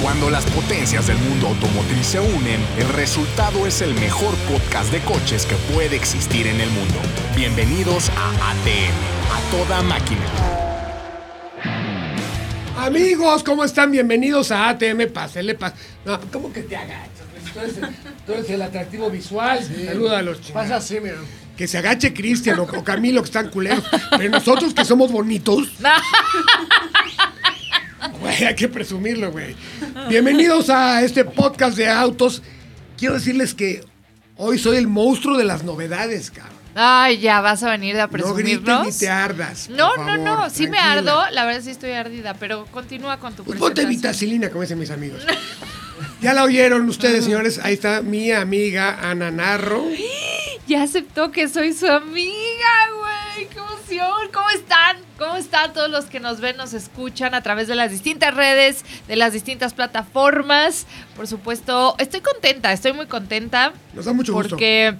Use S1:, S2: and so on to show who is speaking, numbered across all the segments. S1: Cuando las potencias del mundo automotriz se unen, el resultado es el mejor podcast de coches que puede existir en el mundo. Bienvenidos a ATM, a toda máquina.
S2: Amigos, ¿cómo están? Bienvenidos a ATM Pásele Paz. No, ¿cómo que te agachas? Tú eres, el- tú eres el atractivo visual. Saluda a los chingados.
S3: Pasa así, mira.
S2: Que se agache Cristian o, o Camilo, que están culeros. Pero nosotros que somos bonitos. Güey, hay que presumirlo, güey. Bienvenidos a este podcast de autos. Quiero decirles que hoy soy el monstruo de las novedades, cabrón.
S4: Ay, ya vas a venir a
S2: No grites ni
S4: presumirnos.
S2: te ardas. por
S4: No, no,
S2: favor,
S4: no, sí me
S2: tranquila.
S4: ardo, la verdad sí estoy ardida, pero continúa con tu
S2: Pues ponte
S4: presentación.
S2: vitacilina, como dicen mis amigos. Ya la oyeron ustedes, señores. Ahí está mi amiga Ana Narro.
S4: Ya aceptó que soy su amiga, güey. ¡Qué emoción! ¿Cómo están? ¿Cómo están todos los que nos ven, nos escuchan a través de las distintas redes, de las distintas plataformas? Por supuesto, estoy contenta, estoy muy contenta.
S2: Nos da mucho gusto.
S4: porque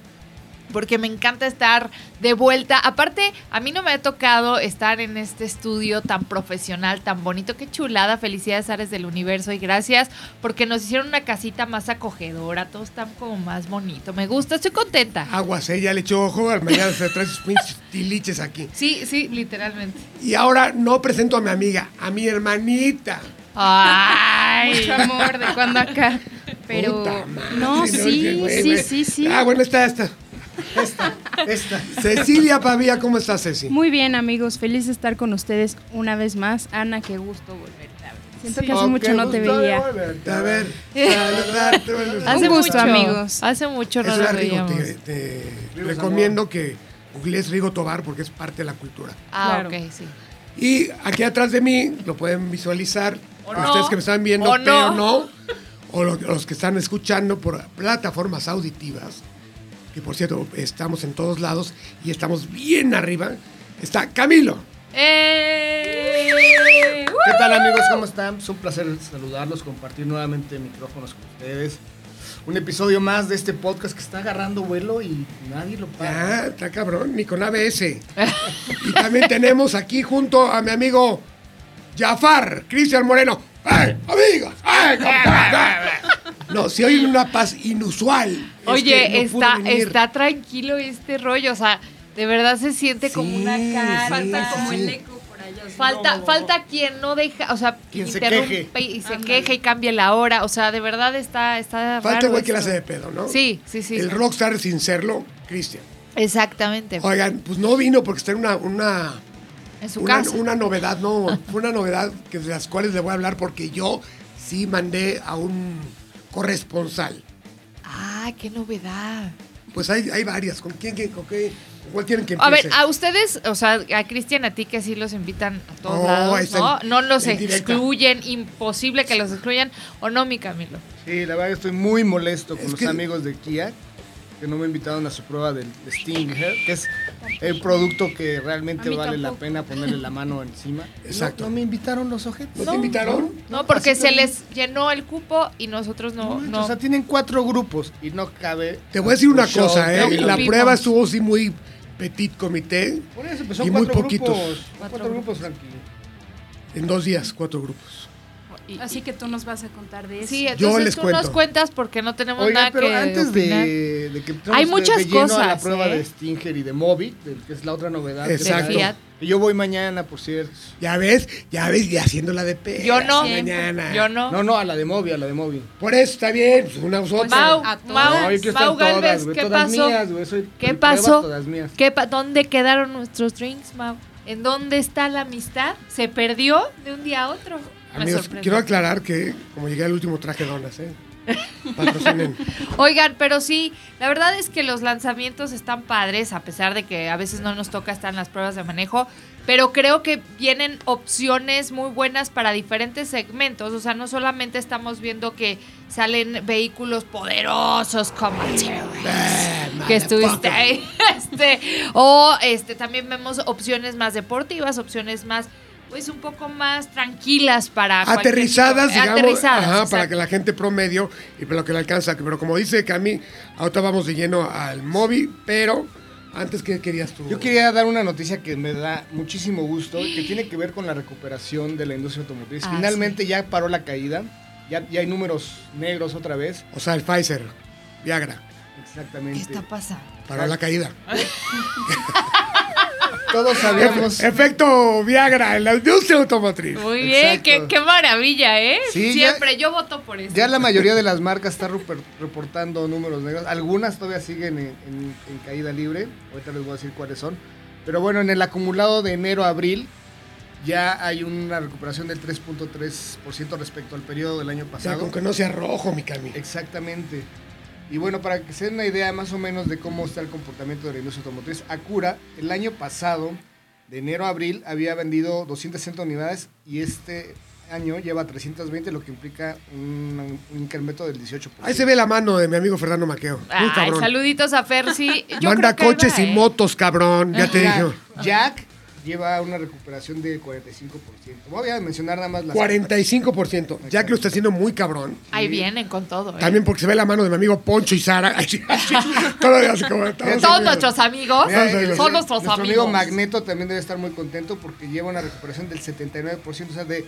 S4: porque me encanta estar de vuelta. Aparte, a mí no me ha tocado estar en este estudio tan profesional, tan bonito. Qué chulada. Felicidades, Ares del Universo. Y gracias porque nos hicieron una casita más acogedora. Todo está como más bonito. Me gusta. Estoy contenta.
S5: Ah.
S2: Aguas, ella le echó ojo. Al mañana se trae sus pinches tiliches aquí.
S4: Sí, sí, literalmente.
S2: Y ahora no presento a mi amiga, a mi hermanita.
S4: Ay.
S5: mucho amor de cuando acá. Pero
S2: Puta madre,
S5: no,
S2: oye,
S5: sí,
S2: güey,
S5: sí,
S2: güey.
S5: sí, sí.
S2: Ah, bueno, está esta.
S3: Esta, esta.
S2: Cecilia Pavía, ¿cómo estás, Ceci?
S5: Muy bien, amigos, feliz de estar con ustedes una vez más. Ana, qué gusto volverte a ver. Siento que hace
S2: Oh,
S5: mucho
S2: qué
S5: no te
S3: Gusto de
S5: veía.
S3: volverte
S2: A ver,
S5: Hace
S2: saludarte.
S5: Un gusto, amigos.
S4: Hace mucho no
S2: Es
S4: lo
S2: una Rigo,
S4: veíamos.
S2: te, te recomiendo que googlees Rigo Tobar porque es parte de la cultura.
S4: Ah,
S5: Claro.
S4: ok, sí.
S2: Y aquí atrás de mí lo pueden visualizar.
S4: O
S2: Ustedes
S4: no.
S2: que me están viendo,
S4: O
S2: pero
S4: no.
S2: no. O lo- los que están escuchando por plataformas auditivas. Que por cierto, estamos en todos lados y estamos bien arriba. Está Camilo.
S4: ¡Eh!
S3: ¿Qué tal, amigos? ¿Cómo están? Es un placer saludarlos, compartir nuevamente micrófonos con ustedes. Un episodio más de este podcast que está agarrando vuelo y nadie lo para.
S2: Ah, está cabrón, ni con ABS. y también tenemos aquí junto a mi amigo Jafar, Cristian Moreno. ¡Ay, amigos! ¡Ay, compadre! No, si hay una paz inusual. es
S4: Oye,
S2: que no pudo
S4: está,
S2: venir.
S4: está tranquilo este rollo, o sea, de verdad se siente como una
S2: Sí,
S4: calma.
S2: sí,
S4: Falta,
S2: sí, sí.
S4: falta, quien no deja, o sea,
S3: Quien se
S4: interrumpe y se queje y cambie la hora, o sea, de verdad está, está
S2: Falta
S4: raro
S2: el güey que la
S4: esto.
S2: hace de pedo, ¿no?
S4: Sí, sí, sí.
S2: El rockstar sin serlo, Cristian.
S4: Exactamente.
S2: Oigan, pues no vino porque está en una, una,
S4: en su
S2: una,
S4: casa.
S2: una novedad, no, fue una novedad que de las cuales le voy a hablar porque yo sí mandé a un corresponsal.
S4: Ah, qué novedad.
S2: Pues hay, hay varias. ¿Con quién, quién- con qué, con cuál tienen que
S4: A ver,
S2: empiece?
S4: a ustedes, o sea, a Cristian, a ti que sí los invitan a todos
S2: Oh, ahí
S4: lados,
S2: está
S4: ¿no?
S2: en-
S4: No los
S2: en directa.
S4: excluyen, imposible que los excluyan, ¿o no, mi Camilo?
S3: Sí, la verdad que estoy muy molesto con
S2: Es
S3: los
S2: que-
S3: amigos de Kia que no me invitaron a su prueba del Stinger, que es el producto que realmente
S5: A mí
S3: vale la
S5: tampoco.
S3: pena ponerle la mano encima.
S2: Exacto.
S3: No, no me invitaron los ojetes.
S2: ¿No te invitaron?
S4: No, porque
S3: así
S4: se
S3: lo-
S4: les llenó el cupo y nosotros no.
S3: No,
S4: no.
S3: O sea, tienen cuatro grupos y no cabe.
S2: Te voy a decir una
S3: un show,
S2: cosa, ¿eh?
S3: cabe
S2: La
S4: Vimos.
S2: prueba estuvo sí muy petit comité.
S3: Por eso, pues son
S2: Y muy
S3: cuatro
S2: poquitos.
S3: grupos. Cuatro,
S4: Cuatro
S3: grupos, tranquilo.
S2: En dos días, cuatro grupos.
S4: Y-
S5: Así
S4: y-
S5: que tú nos vas a contar de eso.
S4: sí, entonces
S2: les
S4: tú nos
S2: cuento.
S4: cuentas porque no tenemos
S3: Oiga,
S4: nada
S3: pero
S4: que
S3: antes
S4: opinar.
S3: de, de que entremos
S4: Hay
S3: de-
S4: muchas
S3: de lleno a la
S4: cosas,
S3: prueba
S4: ¿eh?
S3: de Stinger y de Moby, de- que es la otra novedad. que
S2: Exacto.
S3: trae.
S4: De Fiat.
S3: Y yo voy mañana, por cierto.
S2: Ya ves, ya ves, ya haciéndola de pedo.
S4: Yo no,
S2: Mañana.
S4: yo no.
S3: No, no, a la de Moby, a la de Moby.
S2: Por eso está bien, pues, una u otra.
S4: Mau,
S5: a todas.
S4: Mau,
S3: No, yo quiero estar
S4: Mau
S3: en todas,
S4: Galvez,
S3: güey,
S4: ¿qué
S3: todas
S4: pasó?
S3: mías, güey, soy-
S4: ¿Qué
S3: en pruebas
S4: pasó?
S3: todas mías.
S4: ¿Qué pa- ¿Dónde quedaron nuestros drinks, Mau? ¿En dónde está la amistad? ¿Se perdió de un día a otro? Me
S2: Amigos,
S4: sorprende.
S2: quiero aclarar que como llegué al último traje donas, ¿eh? Patrocinen.
S4: Oigan, pero sí, la verdad es que los lanzamientos están padres, a pesar de que a veces no nos toca estar en las pruebas de manejo, pero creo que vienen opciones muy buenas para diferentes segmentos. O sea, no solamente estamos viendo que salen vehículos poderosos como el T-Rex, que estuviste ahí, este, o este, también vemos opciones más deportivas, opciones más, pues un poco más tranquilas para... cualquier tipo-
S2: Aterrizadas, digamos.
S4: aterrizadas,
S2: ajá,
S4: exacto.
S2: para que la gente promedio y para lo que le alcanza. Pero como dice Cami, ahorita vamos de lleno al móvil, pero antes, ¿qué querías tú?
S3: Yo quería dar una noticia que me da muchísimo gusto, que tiene que ver con la recuperación de la industria automotriz.
S4: Ah,
S3: Finalmente ya paró la caída. Ya, ya hay números negros otra vez.
S2: O sea, el Pfizer, Viagra,
S4: ¿Qué
S3: Exactamente.
S4: está pasando?
S2: para la caída.
S4: Ah,
S3: Todos sabíamos.
S2: Efecto Viagra en la industria automotriz.
S4: Muy bien, qué,
S3: Exacto.
S4: qué maravilla, ¿eh?
S3: Sí, ya-
S4: Siempre, yo voto por eso.
S3: Ya la mayoría de las marcas están ruper- reportando números negros. Algunas todavía siguen en, en- en caída libre. Ahorita les voy a decir cuáles son. Pero bueno, en el acumulado de enero a abril ya hay una recuperación del 3.3% respecto al periodo del año
S2: O sea,
S3: pasado.
S2: con que no sea rojo, mi Cami.
S3: Exactamente. Y bueno, para que se den una idea más o menos de cómo está el comportamiento de la industria automotriz, Acura el año pasado, de enero a abril, había vendido 260 unidades y este año lleva 320, lo que implica un, un incremento del 18%.
S2: Ahí se ve la mano de mi amigo Fernando Maqueo. Muy
S4: Ay,
S2: cabrón.
S4: saluditos a Fersi. Yo
S2: Manda
S4: creo que ahí
S2: coches
S4: va,
S2: y
S4: ¿eh?
S2: motos, cabrón. Ya te dije.
S3: Jack, Jack lleva una recuperación del 45%. Voy a mencionar nada más las...
S2: 45%. Ya que lo está haciendo muy cabrón.
S4: Ahí vienen con todo, ¿eh?
S2: También porque se ve la mano de mi amigo Poncho y Sara. Ay, sí, sí. Todo así como- todos
S4: Todos
S2: así.
S4: nuestros amigos
S2: Mira, eh,
S3: el-
S2: son
S4: son nuestros
S3: nuestro
S4: amigos.
S3: amigo Magneto también debe estar muy contento porque lleva una recuperación del 79%, o sea, de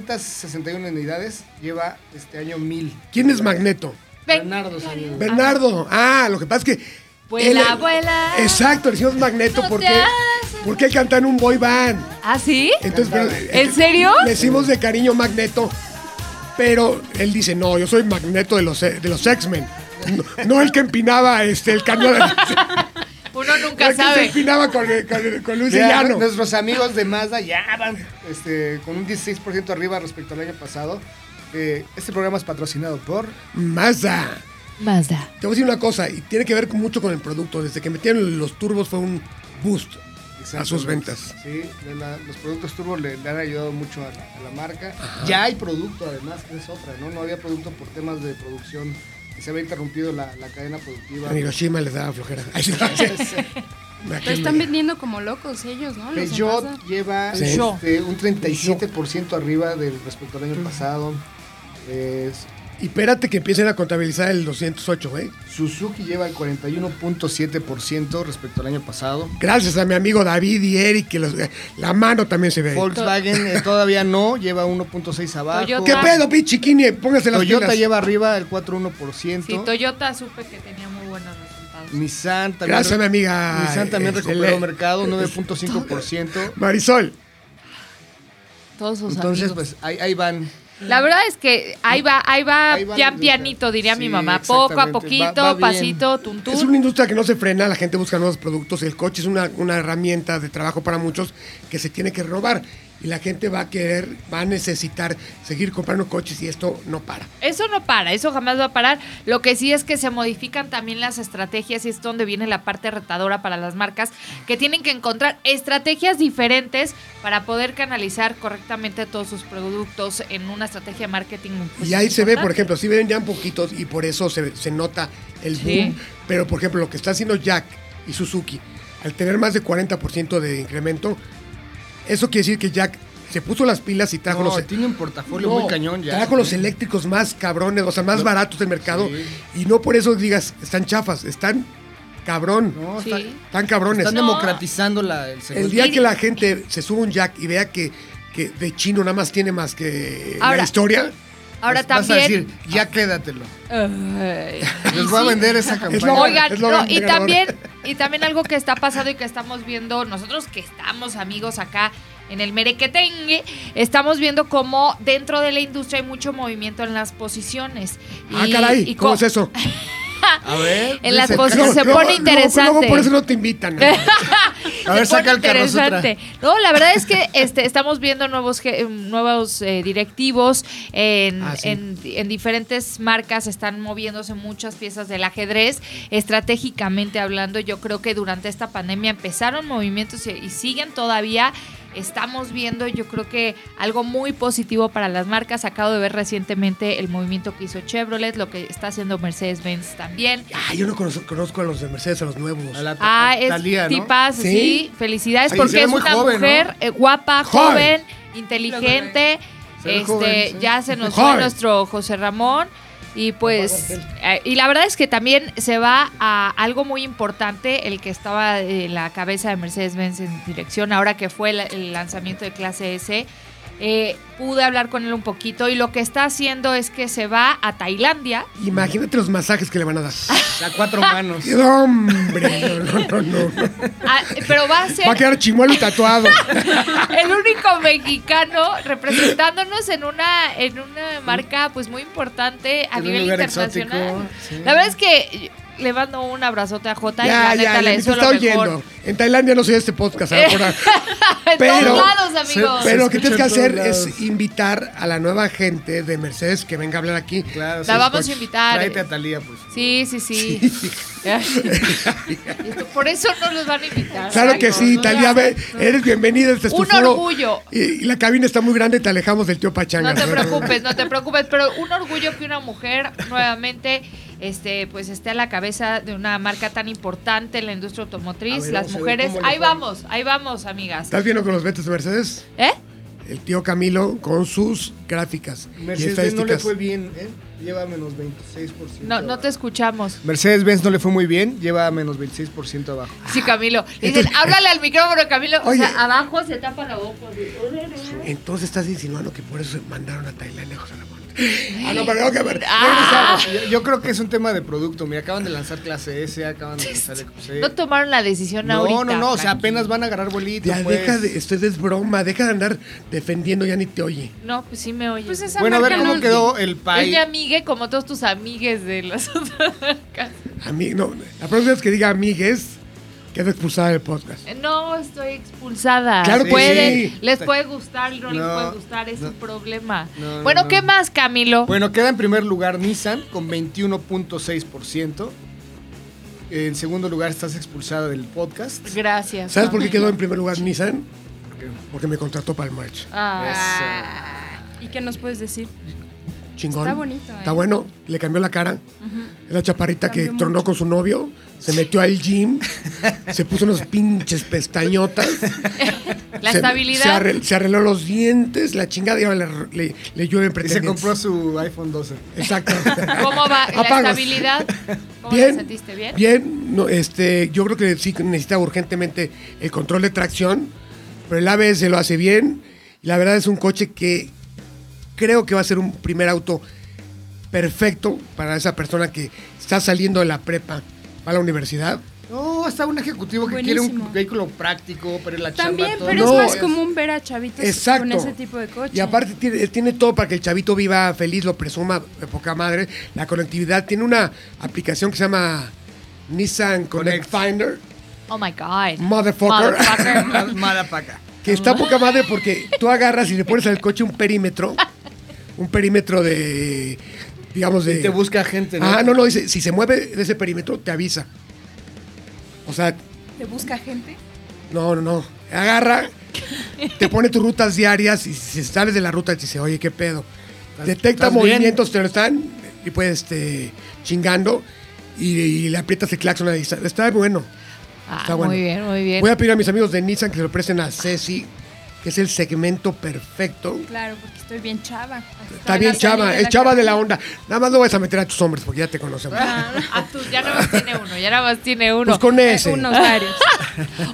S3: 561 unidades, lleva este año 1000.
S2: ¿Quién es Magneto?
S4: Ven,
S3: Bernardo, señor.
S2: Bernardo. Ah, lo que pasa es que.
S4: Vuela,
S2: él-
S4: vuela.
S2: Exacto, le decimos Magneto
S4: No te
S2: porque.
S4: hagas.
S2: Porque él canta en un boy band.
S4: ¿Ah, sí?
S2: Entonces, pero- eh,
S4: ¿En serio?
S2: Le decimos de cariño Magneto. Pero él dice, no, yo soy Magneto de los, de los X-Men. No, no el que empinaba este, el cañón.
S4: Uno
S2: el
S4: nunca
S2: que se
S4: sabe.
S2: empinaba con, eh, con, con Luis
S3: Ya,
S2: Illano.
S3: nuestros amigos de Mazda ya van este, con un 16% arriba respecto al año pasado. Eh, este programa es patrocinado por...
S2: Mazda.
S4: Mazda.
S2: Te voy a decir una cosa, y tiene que ver con- mucho con el producto. Desde que metieron los turbos fue un boost a sus ventas.
S3: Sí, de la- los productos turbo le, le han ayudado mucho a la, a la marca. Ya hay producto además, que es otra, ¿no? No había producto por temas de producción, que se había interrumpido la, la cadena productiva.
S2: En Hiroshima les daba flojera. Ay, sí, sí. Aquí
S5: Pero están
S2: me-
S5: vendiendo como locos ellos, ¿no? Los de Mazda.
S3: Peugeot lleva
S2: Sí.
S3: este, un 37% arriba del respecto al año pasado. Es-
S2: Y espérate que empiecen a contabilizar el ¿eh? 208, güey.
S3: Suzuki lleva el 41.7% respecto al año pasado.
S2: Gracias a mi amigo David y Eric, que los- la mano también se ve. ahí.
S3: Volkswagen eh, todavía no, lleva 1.6 abajo.
S4: Toyota.
S2: ¿Qué pedo, pinche Kini? Póngase las
S3: Toyota
S2: pilas.
S3: lleva arriba el 4.1%.
S4: Sí, Toyota supe que tenía muy buenos resultados.
S3: Mm. Nissan también.
S2: Gracias, mi amiga.
S3: Nissan también
S2: eh,
S3: recuperó
S2: Ele-
S3: mercado, 9.5%.
S2: Marisol.
S4: Todos sus
S3: Entonces,
S4: amigos.
S3: pues ahí, ahí van.
S4: La verdad es que ahí va, ahí va,
S3: Ahí va la
S4: ya
S3: industria.
S4: pianito, diría mi
S3: Sí,
S4: mamá. Poco a
S3: exactamente.
S4: poquito,
S3: Va- va bien.
S4: pasito, tuntún.
S2: Es una industria que no se frena, la gente busca nuevos productos, el coche es una, una herramienta de trabajo para muchos que se tiene que renovar y la gente va a querer, va a necesitar seguir comprando coches y esto no para.
S4: Eso no para, eso jamás va a parar. Lo que sí es que se modifican también las estrategias y es donde viene la parte retadora para las marcas, que tienen que encontrar estrategias diferentes para poder canalizar correctamente todos sus productos en una estrategia de marketing. pues,
S2: y ahí se ve, por
S4: importante.
S2: ejemplo, sí ven ya un poquito y por eso se, se nota el
S4: Sí.
S2: boom, pero por ejemplo lo que está haciendo Jack y Suzuki, al tener más de 40% de incremento, eso quiere decir que Jack se puso las pilas y trajo
S3: No,
S2: los...
S3: tiene un portafolio
S2: No,
S3: muy cañón ya.
S2: Trajo los eléctricos más cabrones, o sea, más
S3: Lo-
S2: baratos del mercado.
S3: Sí.
S2: Y no por eso digas, están chafas, están cabrón,
S3: No,
S4: Sí.
S3: están,
S2: están cabrones.
S3: están democratizando la, el
S2: El
S3: segmento.
S2: día que la gente se sube un jack y vea que, que de chino nada más tiene más que la
S4: Ahora,
S2: historia,
S4: Ahora
S2: pues,
S3: Vas-
S4: también...
S3: Vas a decir, ya quédatelo.
S4: Ay,
S3: Les voy a vender esa
S2: Es la-
S3: campaña.
S4: Oigan,
S2: es lo
S4: no, y
S2: ganador.
S4: también, y también algo que está pasando y que estamos viendo, nosotros que estamos amigos acá en el Merequetengue, estamos viendo cómo dentro de la industria hay mucho movimiento en las posiciones.
S2: ah, caray,
S4: y
S2: ¿cómo
S4: co-
S2: es eso?
S3: a ver.
S4: en las
S3: dice-
S4: cosas- Pues se pone interesante.
S2: Luego, por eso no te invitan.
S3: A ver,
S4: Se pone
S3: saca el carro
S4: interesante. No, la verdad es que este, estamos viendo nuevos, ge- nuevos eh, directivos en,
S2: Ah, sí.
S4: en- en diferentes marcas, están moviéndose muchas piezas del ajedrez, estratégicamente hablando. Yo creo que durante esta pandemia empezaron movimientos y, y siguen todavía. Estamos viendo, yo creo que algo muy positivo para las marcas. Acabo de ver recientemente el movimiento que hizo Chevrolet, lo que está haciendo Mercedes-Benz también.
S2: Ah, yo no conozco, conozco a los de Mercedes, a los nuevos.
S3: A la-
S4: Ah,
S3: a
S4: es
S3: Thalía, ¿no?
S4: tipas,
S2: Sí.
S4: sí. Felicidades
S3: Sí, se
S4: porque
S3: ve
S4: es
S3: muy
S4: una
S3: joven,
S4: mujer eh, guapa,
S2: Joven.
S4: joven, inteligente.
S3: Se ve
S4: Este,
S3: joven, sí.
S4: ya se nos
S2: Joven.
S4: fue nuestro José Ramón y pues eh, y la verdad es que también se va a algo muy importante el que estaba en la cabeza de Mercedes Benz en dirección ahora que fue la- el lanzamiento de clase S Eh, pude hablar con él un poquito y lo que está haciendo es que se va a Tailandia.
S2: Imagínate los masajes que le van a dar.
S4: Ah.
S3: A cuatro manos.
S2: ¡Qué hombre! No, no, no, no.
S4: Ah, pero va a ser
S2: Va a quedar chimuelo tatuado.
S4: el único mexicano representándonos en una en una marca pues muy importante a
S3: En un
S4: nivel
S3: lugar
S4: internacional.
S3: exótico, sí.
S4: La verdad es que le mando un abrazote a Jota y
S2: ya,
S4: la neta
S2: ya,
S4: le
S2: ya, se
S4: deseo
S2: está
S4: lo mejor.
S2: oyendo. En Tailandia no soy este podcast ahora.
S4: En
S2: Pero-
S4: todos lados, amigos.
S2: Pero lo que
S3: escucha
S2: tienes que
S3: en todos
S2: hacer
S3: lados.
S2: es invitar a la nueva gente de Mercedes que venga a hablar aquí.
S3: Claro,
S4: La vamos a invitar. eh.
S3: Tráete a Talía, pues.
S4: Sí, sí, sí. Esto- Por eso no los van a invitar.
S2: Claro que
S4: amigos,
S2: sí,
S4: no
S2: Talía,
S4: las-
S2: ve, eres bienvenida. Este es tu
S4: Un
S2: foro.
S4: orgullo.
S2: Y, y la cabina está muy grande y te alejamos del tío Pachanga.
S4: No te preocupes, no te preocupes, pero un orgullo que una mujer nuevamente este pues esté a la cabeza de una marca tan importante en la industria
S2: A
S4: automotriz,
S2: ver,
S4: las
S2: vamos a ver
S4: mujeres.
S2: cómo le
S4: Ahí
S2: fue.
S4: vamos, ahí vamos, amigas.
S2: ¿Estás viendo con los vetos de Mercedes?
S4: ¿Eh?
S2: El tío Camilo con sus gráficas y
S3: Mercedes no le
S2: estadísticas.
S3: fue bien, ¿eh? Lleva menos 26%.
S4: No, no te escuchamos.
S3: Mercedes Benz no le fue muy bien, lleva menos 26% abajo.
S4: Sí, Camilo. Dicen, háblale al micrófono, Camilo. O
S2: Oye.
S4: sea, abajo se tapa la boca.
S2: Entonces estás insinuando que por eso se mandaron a Tailandia, José Ramón. Ah, no, pero no, que ver.
S5: Ah.
S3: Yo, yo creo que es un tema de producto. Mira, acaban de lanzar clase S, acaban de lanzar el Eclipse.
S4: No tomaron la decisión
S3: No,
S4: ahorita.
S3: no, no, o sea,
S4: Frankie.
S3: apenas van a agarrar bolito.
S2: Ya
S3: pues.
S2: deja de, esto es broma, deja de andar defendiendo, ya ni te oye.
S4: No, pues sí me oye.
S5: Pues esa
S3: Bueno, a ver
S5: marca
S3: cómo
S5: no-
S3: quedó el
S4: es mi
S3: país.
S4: amigue como todos tus amigues de las otras marcas.
S2: A mí, no, la próxima vez que diga amigues, queda expulsada del podcast.
S4: Eh, No estoy expulsada.
S2: Claro
S3: que
S4: Pueden-
S2: sí.
S4: Les puede gustar, no, les
S3: No,
S4: puede gustar, es un problema.
S3: No, no,
S4: bueno,
S3: no.
S4: ¿qué más, Camilo?
S3: Bueno, queda en primer lugar Nissan con 21.6%. En segundo lugar estás expulsada del podcast.
S4: Gracias.
S2: ¿Sabes por
S4: Camilo.
S2: qué quedó en primer lugar Nissan? Porque me contrató para el match.
S4: Ah,
S5: ¿Y qué nos puedes decir?
S2: Chingón.
S5: Está bonito, ¿eh?
S2: Está bueno, le cambió la cara. Es la chaparrita que
S5: Cambió
S2: tronó
S5: mucho.
S2: con su novio, se metió al gym, se puso unos pinches pestañotas.
S3: Pues,
S4: la
S2: se- Se,
S4: estabilidad.
S2: arre- se arregló los dientes, la chingada y ahora le, le, le llueven
S3: Y se
S2: pretendientes.
S3: compró su iPhone 12.
S2: Exacto.
S4: ¿Cómo va? ¿La
S2: Apagos.
S4: estabilidad? ¿Cómo
S2: Bien.
S4: te sentiste? ¿Bien?
S2: Bien, no, este, yo creo que sí necesita urgentemente el control de tracción, pero el ABS lo hace bien. Y la verdad es un coche que creo que va a ser un primer auto perfecto para esa persona que está saliendo de la prepa, va a la universidad.
S3: No, está un ejecutivo que quiere
S5: Buenísimo.
S3: un vehículo práctico para ir a la
S5: También,
S3: chamba.
S5: pero
S2: No,
S5: es más
S2: es-
S5: común ver a chavitos
S2: Exacto.
S5: con ese tipo de coche.
S2: Y aparte tiene, tiene todo para que el chavito viva feliz, lo presuma de poca madre. La conectividad tiene una aplicación que se llama Nissan Connect, Finder,
S4: Oh my God.
S2: Motherfucker.
S4: Motherfucker.
S3: Mal- Mala paca.
S2: que está poca madre porque tú agarras y le pones al coche un perímetro, un perímetro de, digamos, de...
S3: Y te busca gente, ¿no?
S2: Ah, no, no, dice, si se mueve de ese perímetro, te avisa. O sea,
S5: ¿Te busca gente?
S2: No, no, no. Agarra, te pone tus rutas diarias y si sales de la ruta te dice, oye, qué pedo. Detecta
S3: ¿Estás bien?
S2: movimientos, te lo están y pues este, chingando y, y le aprietas el claxon a distancia. Está bueno.
S4: Ah,
S2: Está bueno.
S4: Muy bien, muy bien.
S2: Voy a pedir a mis amigos de Nissan que se lo presten a Ceci, que es el segmento perfecto.
S5: Claro, porque estoy bien chava.
S2: Está bien, chava, el chava de la onda. Nada más lo vas a meter a tus hombres porque ya te conocemos.
S4: Ah, tú, ya nada más tiene uno, ya nada más tiene uno.
S2: Pues con ese.
S5: Unos varios.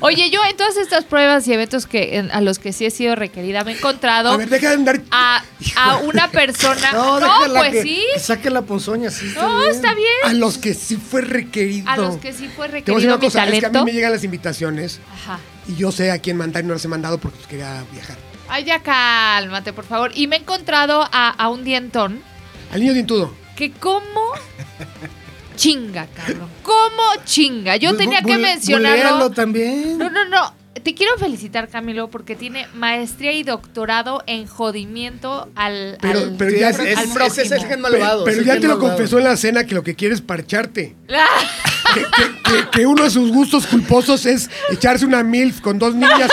S4: Oye, yo en todas estas pruebas y eventos que en- a los que sí he sido requerida me he encontrado
S2: A ver, deja de andar.
S4: a, a una persona. No,
S3: déjala
S4: pues
S3: que-
S4: sí.
S3: que saque la ponzoña, sí.
S4: No, está bien.
S2: A los que sí fue requerido.
S4: A los que sí fue
S2: Te voy a decir una
S4: requerido mi
S2: cosa, es que a mí
S4: talento.
S2: me llegan las invitaciones
S4: Ajá.
S2: y yo sé a quién mandar y no las he mandado porque pues, quería viajar.
S4: Ay, ya cálmate, por favor. Y me he encontrado a, a un dientón
S2: Al niño dientudo.
S4: que como chinga, cabrón. Como chinga.
S2: Pues
S4: Yo
S3: Pues,
S4: tenía que mencionarlo.
S3: Bulealo también.
S4: No, no, no. Te quiero felicitar, Camilo, porque tiene maestría y doctorado en jodimiento al.
S2: Pero-
S4: al-
S2: pero
S3: Sí,
S2: ya
S3: es,
S2: se-
S3: es-
S4: al
S3: ese
S4: prójimo.
S3: es el gen malvado.
S2: Pe- pero
S3: es el
S2: ya
S3: gen
S2: te lo
S3: malvado.
S2: confesó en la cena que lo que quiere es parcharte. Que, que- que- que uno de sus gustos culposos es echarse una MILF con dos niñas.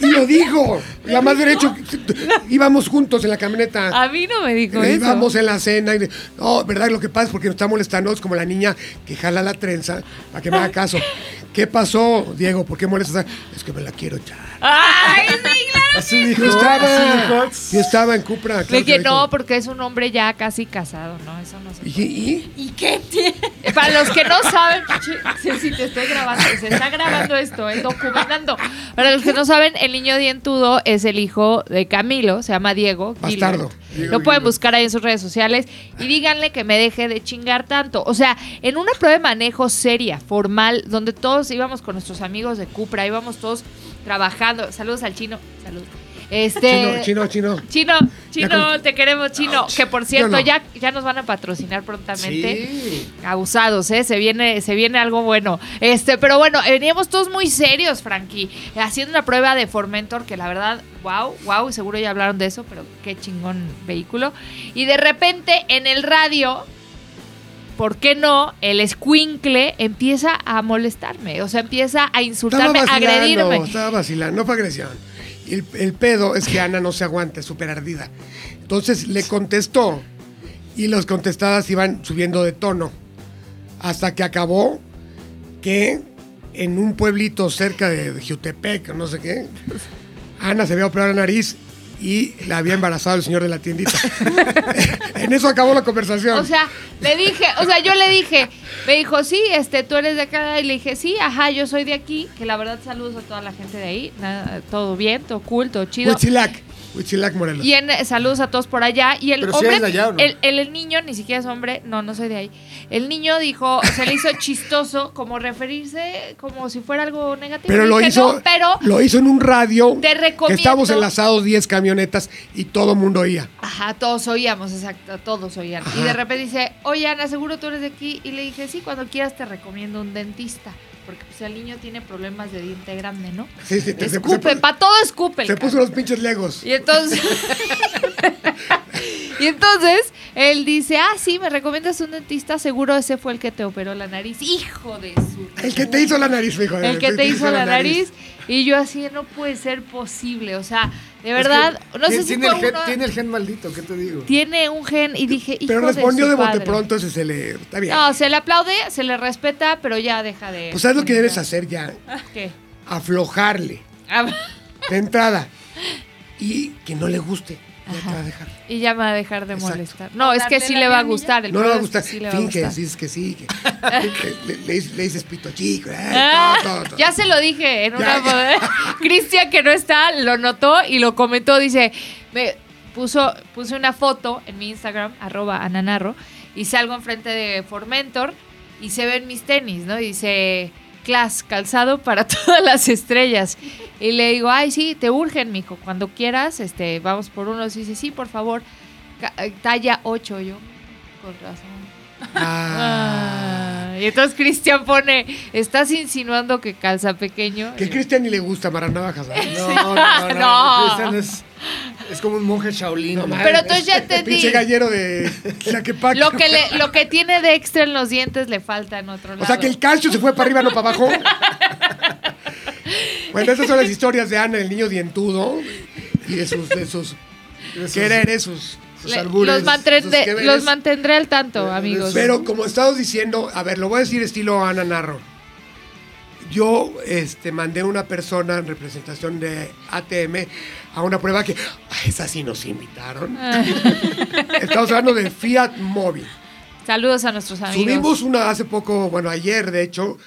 S2: Y lo dijo. Y además derecho, íbamos juntos en la camioneta.
S4: A mí Ah, no me dijo
S2: Eh,
S4: eso.
S2: Íbamos en la cena. Y, de- no, ¿verdad? Lo que pasa es porque nos está molestando. Es como la niña que jala la trenza para que me haga caso. ¿Qué pasó, Diego? ¿Por qué molestas? a- Es que me la quiero echar.
S4: ¡Ay, sí, claro
S3: Así dijo.
S2: Yo estaba,
S3: así
S2: yo
S3: dijo.
S2: estaba en Cupra.
S4: Le
S2: Ah, claro
S4: dije,
S2: lo dijo.
S4: no, porque es un hombre ya casi casado, ¿no? Eso no se
S2: Dije, ¿y?
S4: ¿Y qué tiene? Para los que no saben, si te estoy grabando, se está grabando esto, es documentando. Para los que no saben, el niño dientudo es el hijo de Camilo, se llama Diego.
S2: Bastardo.
S4: Gilbert.
S2: Diego
S4: Lo pueden
S2: Gilbert.
S4: buscar ahí en sus redes sociales y díganle que me deje de chingar tanto. O sea, en una prueba de manejo seria, formal, donde todos íbamos con nuestros amigos de Cupra, íbamos todos trabajando. Saludos al chino. Saludos. Este,
S2: Chino, chino, chino.
S4: Chino,
S2: Ya
S4: chino,
S2: con-
S4: te queremos, chino.
S2: Ouch.
S4: Que por cierto,
S2: Yo no.
S4: ya, ya nos van a patrocinar prontamente.
S3: Sí.
S4: Abusados, ¿eh? Se viene, se viene algo bueno. Este, pero bueno, veníamos todos muy serios, Frankie, haciendo una prueba de Formentor, que la verdad, wow, wow, seguro ya hablaron de eso, pero qué chingón vehículo. Y de repente en el radio, ¿por qué no? El escuincle empieza a molestarme, o sea, empieza a
S2: Estaba
S4: insultarme, a
S2: vacilando,
S4: agredirme.
S2: estaba vacilando, no fue agresión. El, el pedo es que Ana no se aguanta, es súper ardida. Entonces le contestó y las contestadas iban subiendo de tono. Hasta que acabó que en un pueblito cerca de Jutepec, no sé qué, Ana se había operado la nariz y la había embarazado el señor de la tiendita. en eso acabó la conversación.
S4: O sea, le dije, o sea, yo le dije, me dijo, sí, este, tú eres de acá. Y le dije, sí, ajá, yo soy de aquí. Que la verdad, saludos a toda la gente de ahí. Nada, todo bien, todo cool, todo chido.
S2: Huitzilac, Huitzilac Morelos.
S4: Y en, eh, saludos a todos por allá. Y el
S3: Pero si
S4: hombre,
S3: eres de allá, ¿o no?
S4: el, el- el niño, ni siquiera es hombre, no, no soy de ahí. El niño dijo, se le hizo chistoso como referirse como si fuera algo negativo.
S2: Pero
S4: Le
S2: lo
S4: dije,
S2: hizo,
S4: este "No, pero,
S2: lo hizo en un radio.
S4: Te recomiendo-
S2: Que estábamos enlazados 10 camionetas y todo mundo oía.
S4: Ajá, todos oíamos, exacto, todos oían. Y de repente dice, oye Ana, seguro tú eres de aquí. Y le dije, sí, cuando quieras te recomiendo un dentista. Porque pues el niño tiene problemas de diente grande, ¿no?
S2: Sí, sí, te- se, puso-
S4: Escupe, pa' todo escupe. el
S2: se puso
S4: cabrón.
S2: los pinches legos.
S4: Y entonces... y entonces él dice, ah, sí, me recomiendas un dentista, seguro ese fue el que te operó la nariz. Hijo de su...
S2: El que te hizo la nariz, hijo. de-
S4: El que te hizo la nariz. Y yo así, no puede ser posible. O sea, de verdad,
S3: Es que
S4: no sé
S3: tiene-
S4: si
S3: tiene
S4: fue
S3: el gen,
S4: uno-
S3: Tiene el gen maldito, ¿qué te digo?
S4: tiene un gen y dije, hijo
S2: Pero respondió
S4: su
S2: de bote
S4: padre".
S2: pronto, ese se le. Está bien.
S4: No, se le aplaude, se le respeta, pero ya deja de...
S2: pues sabes lo que debes hacer ya.
S4: ¿Qué?
S2: Aflojarle.
S4: Ah,
S2: De entrada. Y que no le guste. Ya te va a dejar.
S4: y ya me va a dejar de
S2: Exacto.
S4: molestar. No, es que sí le va a gustar. El
S2: no le va a
S4: pedo es que
S2: gustar.
S4: sí le va a
S2: Finge,
S4: gustar.
S2: dices que sí. que- que le, le dices- le dices pito chico. eh,
S4: Ah,
S2: todo, todo, todo.
S4: Ya se lo dije en
S2: Ya,
S4: una boda. Cristian, que no está, lo notó y lo comentó. Dice, me puso, puse una foto en mi Instagram, arroba ananarro, y salgo enfrente de Formentor y se ven mis tenis, ¿no? Y dice, Class, calzado para todas las estrellas. Y le digo, ay, sí, te urgen, mijo. Cuando quieras, este, vamos por unos. Y dice, sí, por favor, ca- eh, talla 8 yo. Con razón.
S2: Ah.
S4: Ah, y entonces Cristian pone, ¿estás insinuando que calza pequeño?
S2: Que a Cristian ni le gusta Maranavajas. ¿sabes?
S3: No, no, no. no,
S4: No.
S3: Cristian es, es como un monje shaolin.
S2: No, madre,
S4: Pero entonces ya
S2: este
S4: entendí.
S2: Pinche gallero de Tlaquepaque.
S4: Lo que, le- lo que tiene de extra en los dientes le falta en otro lado.
S2: O sea que el calcio se fue para arriba, no para abajo. Bueno, esas son las historias de Ana, el niño dientudo. Y de sus, de sus
S3: Esos-
S2: quereres, sus, sus
S4: Le-
S2: albures,
S4: los, mantren-
S2: sus
S4: de-
S2: quereres.
S4: los mantendré al tanto, amigos.
S2: Pero como estabas diciendo, a ver, lo voy a decir estilo Ana Narro. Yo este, mandé una persona en representación de ATM a una prueba que... a esa sí nos invitaron.
S4: Ah.
S2: Estamos hablando de Fiat Móvil.
S4: Saludos a nuestros amigos.
S2: Subimos una hace poco, bueno, ayer de hecho,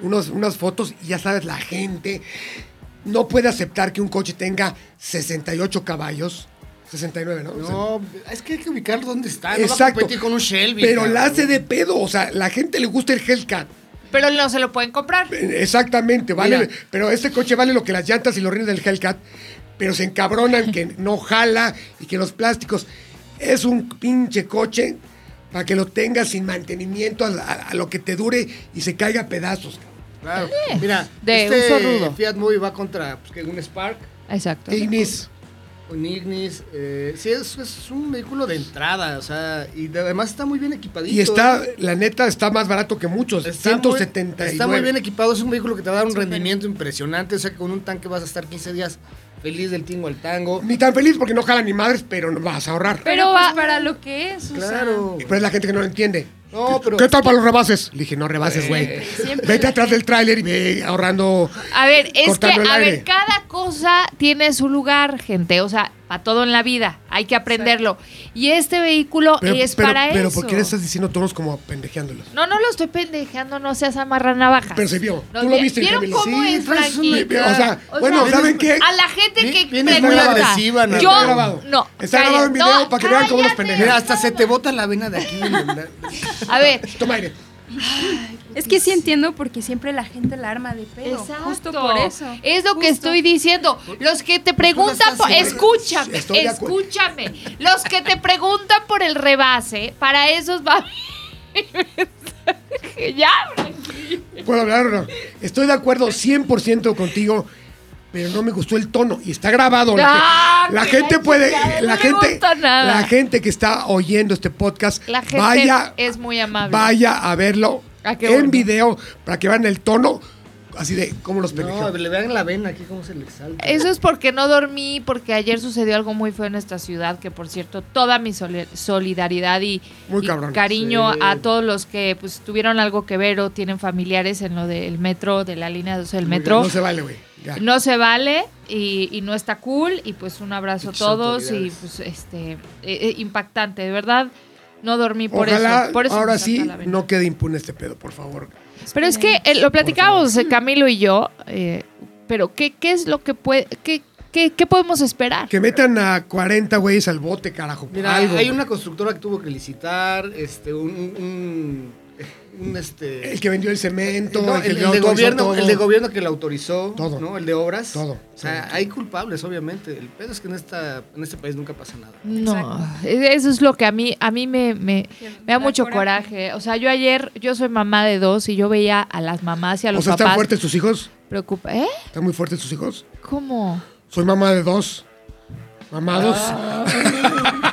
S2: unos, unas fotos y ya sabes, la gente no puede aceptar que un coche tenga 68 caballos. 69, ¿no?
S3: No, es que hay que ubicarlo donde está. No va a
S2: Exacto.
S3: competir con un Shelby.
S2: Pero
S3: cabrón.
S2: la hace de pedo. O sea, la gente le gusta el Hellcat.
S4: Pero no se lo pueden comprar.
S2: Eh, Exactamente, vale.
S3: Mira.
S2: Pero este coche vale lo que las llantas y los rines del Hellcat. Pero se encabronan que no jala y que los plásticos. Es un pinche coche para que lo tengas sin mantenimiento a, a- a lo que te dure y se caiga a pedazos.
S3: Claro. Mira,
S4: De
S3: este
S4: uso rudo.
S3: Fiat Movie va contra pues, que un Spark,
S4: Exacto.
S2: Ignis.
S3: un Ignis. eh, sí, es, es un vehículo de entrada, o sea, y de- además está muy bien equipadito. ¿eh?
S2: Y está, la neta, está más barato que muchos.
S3: Está muy-
S2: 179.
S3: está muy bien equipado, es un vehículo que te va a dar un rendimiento impresionante, o sea que con un tanque vas a estar 15 días feliz del tingo al tango.
S2: Ni tan feliz porque no jala ni madres, pero vas a ahorrar.
S4: Pero
S5: Pero pues
S4: va-
S5: para lo que es, o sea,
S3: Claro.
S2: Pero es la gente que no lo entiende.
S3: No, pero.
S2: ¿Qué tal para los rebases? Le dije, no rebases, güey. Vete atrás del tráiler y ve ahorrando.
S4: A ver, es que,
S2: cortando el
S4: a
S2: aire.
S4: ver, cada cosa tiene su lugar, gente. O sea, para todo en la vida. Hay que aprenderlo. Y este vehículo es para
S2: pero
S4: eso.
S2: ¿por qué le estás diciendo tonos como pendejeándolos?
S4: No, no lo estoy pendejando, no seas amarranavajas.
S2: Pero se vio.
S4: No,
S2: Tú lo
S4: vi-
S2: viste,
S4: ¿Vieron
S2: Camila.
S4: cómo
S3: Sí,
S4: es,
S3: traes un-
S4: Frankie?
S2: O sea,
S4: O
S2: bueno,
S4: sea,
S2: ¿saben qué?
S4: A la gente
S3: Vi-
S4: que
S3: vienes muy
S4: pregunta,
S3: agresiva, Nata.
S4: yo,
S2: Está grabado.
S4: No,
S2: Está
S4: calla-
S2: grabado en video
S4: no,
S2: para que vean cómo los
S4: cállate.
S2: pendejean.
S3: Mira, hasta se te bota la vena de aquí. ¿verdad?
S4: A ver,
S2: Toma aire.
S5: Es que sí entiendo porque siempre la gente la arma de pedo. Justo por eso.
S4: Es lo que estoy diciendo. Los que te preguntan
S3: estás
S4: por,
S3: segura.
S4: escúchame,
S2: Estoy de acuerdo.
S4: escúchame. Los que te preguntan por el rebase, para esos va ya.
S2: ¿Puedo hablar o no? Estoy de acuerdo 100% contigo, pero no me gustó el tono. Y está grabado.
S4: Ah,
S2: La, la
S4: que
S2: gente
S4: la
S2: puede.
S4: chingada, no
S2: La
S4: me
S2: gente,
S4: gusta nada.
S2: la gente que está oyendo este podcast,
S4: La gente
S2: vaya,
S4: es muy amable.
S2: vaya a verlo
S4: Ah, qué
S2: en
S4: bueno.
S2: video para que vean el tono, así de cómo los
S3: No,
S2: pendejó.
S3: le vean la vena aquí cómo se le exalta.
S4: Eso es porque no dormí, porque ayer sucedió algo muy feo en esta ciudad, que por cierto, toda mi soli- solidaridad y,
S2: Muy
S4: y
S2: cabrón,
S4: cariño
S3: sí.
S4: a todos los que pues tuvieron algo que ver o tienen familiares en lo del metro, de la línea 12 del metro.
S2: No se vale, güey. Ya.
S4: no se vale y, y no está cool y pues un abrazo a
S3: Pinches
S4: todos y
S3: autoridades.
S4: pues este eh, eh, impactante de verdad no dormí por
S2: Ojalá
S4: eso por eso
S2: ahora
S4: me
S2: sí
S4: salta la vena.
S2: no quede impune este pedo, por favor.
S4: pero es que eh, lo platicábamos eh, Camilo y yo eh, pero qué qué es lo que puede qué, qué, qué podemos esperar
S2: Que metan a 40 güeyes al bote, carajo. por
S3: Mira,
S2: algo.
S3: hay
S2: güey.
S3: una constructora que tuvo que licitar, este, un, un, un, este.
S2: El que vendió el cemento,
S3: no,
S2: el, que
S3: el,
S2: dio
S3: el de
S2: todo,
S3: gobierno,
S2: todo.
S3: el de gobierno que la autorizó,
S2: Todo.
S3: ¿no? El de obras.
S2: Todo.
S3: O sea,
S2: Todo.
S3: hay culpables, obviamente. El pedo es que en esta, en este país nunca pasa nada.
S4: No, e- eso es lo que a mí, a mí me, me, me da
S5: Da
S4: mucho coraje.
S5: coraje.
S4: O sea, yo ayer, yo soy mamá de dos y yo veía a las mamás y a
S2: O
S4: los
S2: sea, ¿están
S4: papás.
S2: fuertes tus hijos?
S4: preocupa- ¿Eh?
S2: ¿Están muy fuertes tus hijos?
S4: ¿Cómo?
S2: Soy mamá de dos. Mamá
S3: Ah.
S2: dos.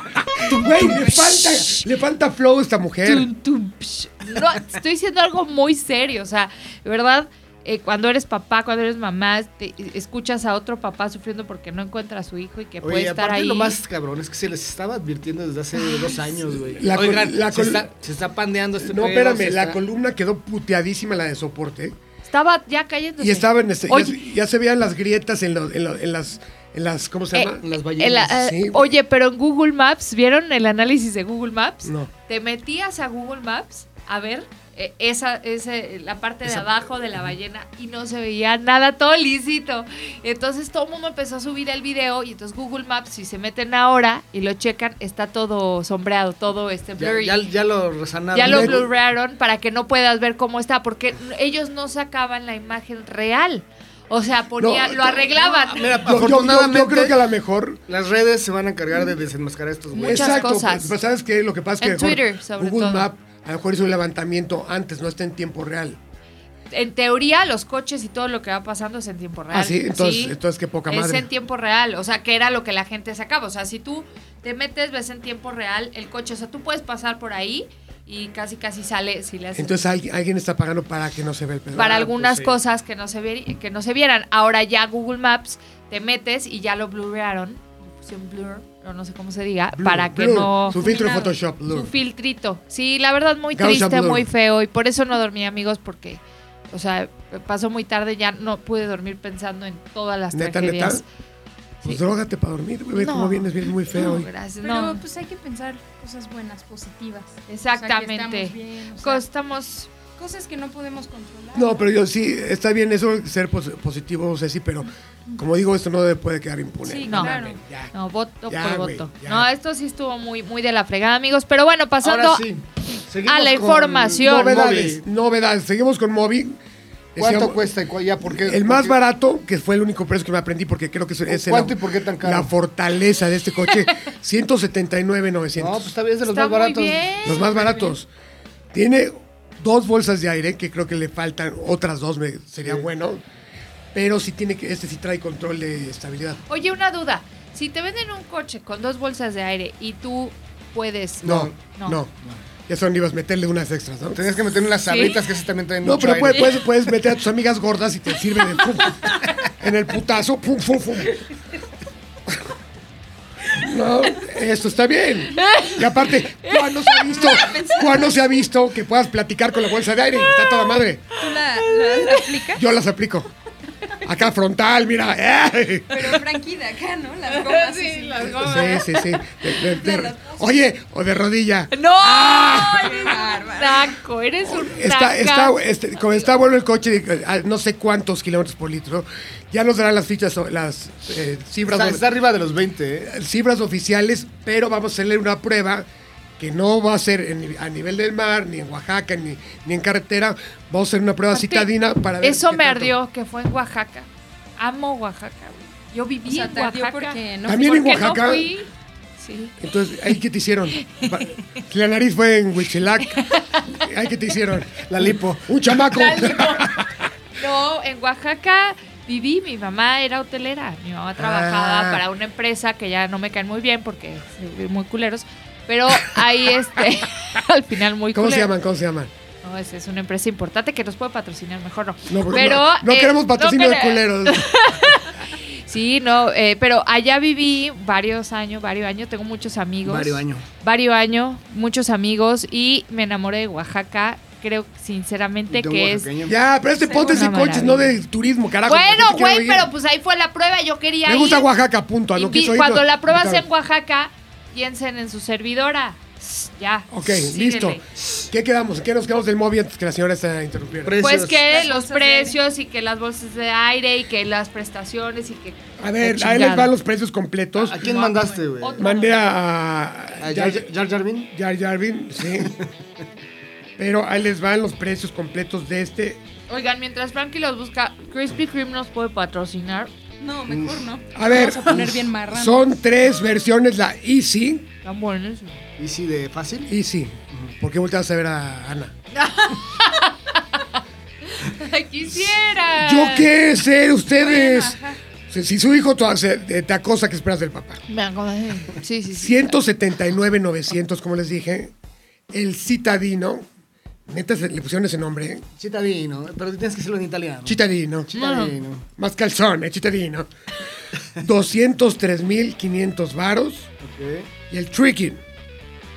S2: Tu Güey, le falta, le falta flow a esta mujer.
S4: Tum, tum, psh. No, te estoy diciendo algo muy serio. O sea, de verdad, eh, cuando eres papá, cuando eres mamá, te- escuchas a otro papá sufriendo porque no encuentra a su hijo y que puede
S3: Oye,
S4: estar
S3: aparte
S4: ahí.
S3: lo más cabrón es que se les estaba advirtiendo desde hace dos años, güey.
S2: La col-
S3: Oigan,
S2: la
S3: se,
S2: col-
S3: está, se está pandeando este
S2: No,
S3: pedo,
S2: espérame,
S3: se
S2: la
S3: está-
S2: columna quedó puteadísima la de soporte.
S4: Estaba ya cayéndose.
S2: Y estaba en este, ya,
S4: Oye.
S2: se- ya se veían las grietas en, lo- en lo- en las en las ¿cómo se
S4: Eh,
S2: llama?
S3: las
S4: en la-
S3: ballenas,
S4: eh,
S2: sí, güey.
S4: oye, pero en Google Maps, ¿vieron el análisis de Google Maps?
S2: No.
S4: Te metías a Google Maps a ver eh, esa, ese- la parte de abajo de la ballena y no se veía nada, todo lícito. Entonces todo el mundo empezó a subir el video y entonces Google Maps, si se meten ahora y lo checan, está todo sombreado, todo este
S3: Ya,
S4: blurry.
S3: ya,
S4: Ya,
S3: ya lo resanaron.
S4: lo blurrearon para que no puedas ver cómo está, porque ellos no sacaban la imagen real. O sea, ponían,
S2: No,
S4: lo
S2: no,
S4: arreglaban.
S2: Yo- yo-
S3: Mira,
S2: yo- yo,
S3: afortunadamente
S2: creo que a lo mejor
S3: las redes se van a encargar de desenmascarar a estos güeyes.
S4: Muchas
S2: Exacto,
S4: cosas.
S2: pues, pues, sabes que lo que pasa es que
S4: En
S2: a lo mejor
S4: Twitter, sobre
S2: Google
S4: todo.
S2: Map a lo mejor hizo un levantamiento antes, no está en tiempo real.
S4: en teoría los coches y todo lo que va pasando es en tiempo real.
S2: Ah, sí, entonces, entonces qué poca
S4: Es
S2: madre.
S4: en tiempo real, o sea, que era lo que la gente sacaba. O sea, si tú te metes, ves en tiempo real el coche, o sea, tú puedes pasar por ahí y casi casi sale si le haces
S2: Entonces alguien, alguien está pagando para que no se vea el pedo.
S4: para
S3: Ah,
S4: algunas
S3: pues sí.
S4: cosas que no se vier- que no se vieran. Ahora ya Google Maps te metes y ya lo blurrearon, le pusieron blur, o no sé cómo se diga,
S2: Blur,
S4: para que
S2: blur.
S4: no
S2: Ah, Su filtro de
S4: Fuminado.
S2: Photoshop, blur.
S4: Su filtrito. Sí, la verdad muy
S2: Gaussian
S4: triste,
S2: blur.
S4: muy feo y por eso no dormí, amigos, porque o sea, pasó muy tarde, ya no pude dormir pensando en todas las
S2: Neta, neta.
S4: tragedias.
S2: Pues
S4: Sí.
S2: drógate para dormir, güey. Ve
S4: No.
S2: cómo vienes bien muy feo.
S4: No,
S2: hoy.
S4: gracias.
S5: Pero
S4: No.
S5: pues hay que pensar cosas buenas, positivas.
S4: Exactamente.
S5: O sea, que estamos bien, o sea,
S4: Costamos
S5: cosas que no podemos controlar.
S2: No, pero yo sí, está bien eso, ser pos- positivo, Ceci, pero como digo, esto no debe- puede quedar impune.
S5: Sí,
S4: No.
S5: claro.
S2: Ya.
S4: no voto
S2: Ya,
S4: por
S2: güey,
S4: voto.
S2: ya.
S4: no, esto sí estuvo muy muy de la fregada, amigos, pero bueno, pasando
S3: Ahora sí, seguimos
S4: a la
S3: con
S4: información.
S3: Movi.
S2: Novedades, novedades. Seguimos con Movi.
S3: ¿Cuánto
S2: Decíamos-
S3: cuesta y cu- ya por qué?
S2: El más
S3: por qué-
S2: barato, que fue el único precio que me aprendí, porque creo que es- es el-
S3: ¿Cuánto y por qué tan caro?
S2: la fortaleza de este coche,
S3: No, pues
S2: 179,900.
S3: está bien, es de los
S4: Está
S3: más baratos.
S4: muy bien.
S2: Los más baratos. Tiene dos bolsas de aire, que creo que le faltan otras dos, me- sería
S3: Sí.
S2: bueno. Pero sí tiene que, este sí trae control de estabilidad.
S4: Oye, una duda. Si te venden un coche con dos bolsas de aire y tú puedes.
S2: No,
S4: no.
S2: no. Ya son ibas a meterle unas extras, ¿no?
S3: Tenías que meter unas sabritas que esas también traen
S2: No,
S3: mucho
S2: pero
S3: aire.
S2: puedes, puedes, puedes meter a tus amigas gordas y te sirven en, pum, en el putazo. Pum, pum, pum. No, esto está bien. Y aparte, ¿cuándo se ha visto, ¿cuándo se ha visto que puedas platicar con la bolsa de aire? Está toda madre.
S6: ¿Tú la, la- la aplicas?
S2: Yo las aplico. Acá frontal, mira. ¡Eh!
S6: Pero Frankie de acá, ¿no? Las gomas.
S4: Sí,
S6: así.
S4: las gomas.
S2: Sí, sí, sí. De- de- de- oye, o de rodilla.
S4: ¡No!
S6: Qué
S2: Ah.
S4: Eres un
S6: bárbaro.
S4: taco, eres un taco.
S2: Está, está, este, como está bueno el coche, eh, a no sé cuántos kilómetros por litro. Ya nos darán las fichas, o las eh, cifras,
S3: Está,
S2: o-
S3: está arriba de los 20, ¿eh?
S2: cifras oficiales, pero vamos a hacerle una prueba que no va a ser en- a nivel del mar, ni en Oaxaca, ni, ni en carretera. Vamos a hacer una prueba citadina para ver.
S4: Eso
S2: qué
S4: me
S2: tanto.
S4: ardió, que fue en Oaxaca. Amo Oaxaca, güey. Yo viví
S6: O sea,
S4: en
S6: te ardió
S4: Oaxaca.
S6: porque no
S2: También en
S4: Porque
S2: Oaxaca.
S4: no fui. Sí.
S2: Entonces, ¿ahí qué te hicieron? Va- La nariz fue en Huichilac. ¿Ahí qué te hicieron? La lipo. Un chamaco.
S4: No, en Oaxaca viví, mi mamá era hotelera, mi mamá trabajaba
S2: Ah.
S4: para una empresa que ya no me caen muy bien porque soy muy culeros, pero ahí este, al final muy
S2: ¿Cómo se
S4: culero.
S2: llaman? ¿Cómo se llaman?
S4: No, es, es una empresa importante que nos puede patrocinar, mejor no.
S2: No, porque
S4: pero,
S2: no, no
S4: eh,
S2: queremos patrocinio
S4: no
S2: de
S4: quere-
S2: culeros.
S4: Sí, no, eh, pero allá viví varios años, varios años, tengo muchos amigos.
S3: Varios años.
S4: Varios años, muchos amigos y me enamoré de Oaxaca. Creo sinceramente
S3: Y tengo
S4: que es
S3: oaxaqueño.
S2: Ya, pero este ponte
S4: una
S2: sin coches,
S4: maravilla.
S2: no de turismo, carajo.
S4: Bueno,
S2: ¿por qué Ah, te
S4: güey,
S2: quiero ir?
S4: pero pues ahí fue la prueba, yo quería
S2: Me gusta
S4: ir.
S2: Oaxaca, punto. A lo
S4: Invi-
S2: que hizo
S4: Cuando la prueba sea
S2: se
S4: en Oaxaca, piensen en su servidora. Sss, Ya.
S2: Ok,
S4: síguele.
S2: listo. ¿Qué quedamos? ¿Qué nos quedamos del móvil antes que la señora se interrumpiera?
S4: Pues
S3: Precios.
S4: que
S6: Las
S4: los
S6: bolsas de aire.
S4: precios y que las bolsas de aire y que las prestaciones y que...
S2: a ver,
S4: la
S2: a él les
S4: chingada.
S2: van los precios completos.
S3: ¿A quién mandaste, güey?
S4: Otro.
S2: Mandé a...
S3: ¿A
S2: Jar-
S3: Jar Jar Jarvin?
S2: Jar Jarvin, sí. pero ahí les van los precios completos de este.
S4: Oigan, mientras Frankie los busca, Krispy Kreme nos puede patrocinar.
S6: No, mejor no.
S2: A ver, pues,
S5: Vamos a poner bien marrano.
S2: son tres versiones, la Easy,
S4: Tan buenos.
S3: ¿Y si de fácil?
S2: Easy. ¿Por qué volteas a ver a Ana?
S4: Quisiera.
S2: ¿Yo qué sé de ustedes?
S6: Bueno, ajá.
S2: Si, si su hijo te, se- te te acosa, ¿qué esperas del papá?
S4: Me acomodé. Sí, sí, sí.
S2: 179,900, como les dije. El citadino. Neta, se- le pusieron ese nombre. ¿eh?
S3: Chitadino, pero tienes que decirlo en italiano.
S2: Citadino.
S3: Chitadino.
S2: Más calzones, citadino. 203,500 varos.
S3: Ok.
S2: Y el tricking.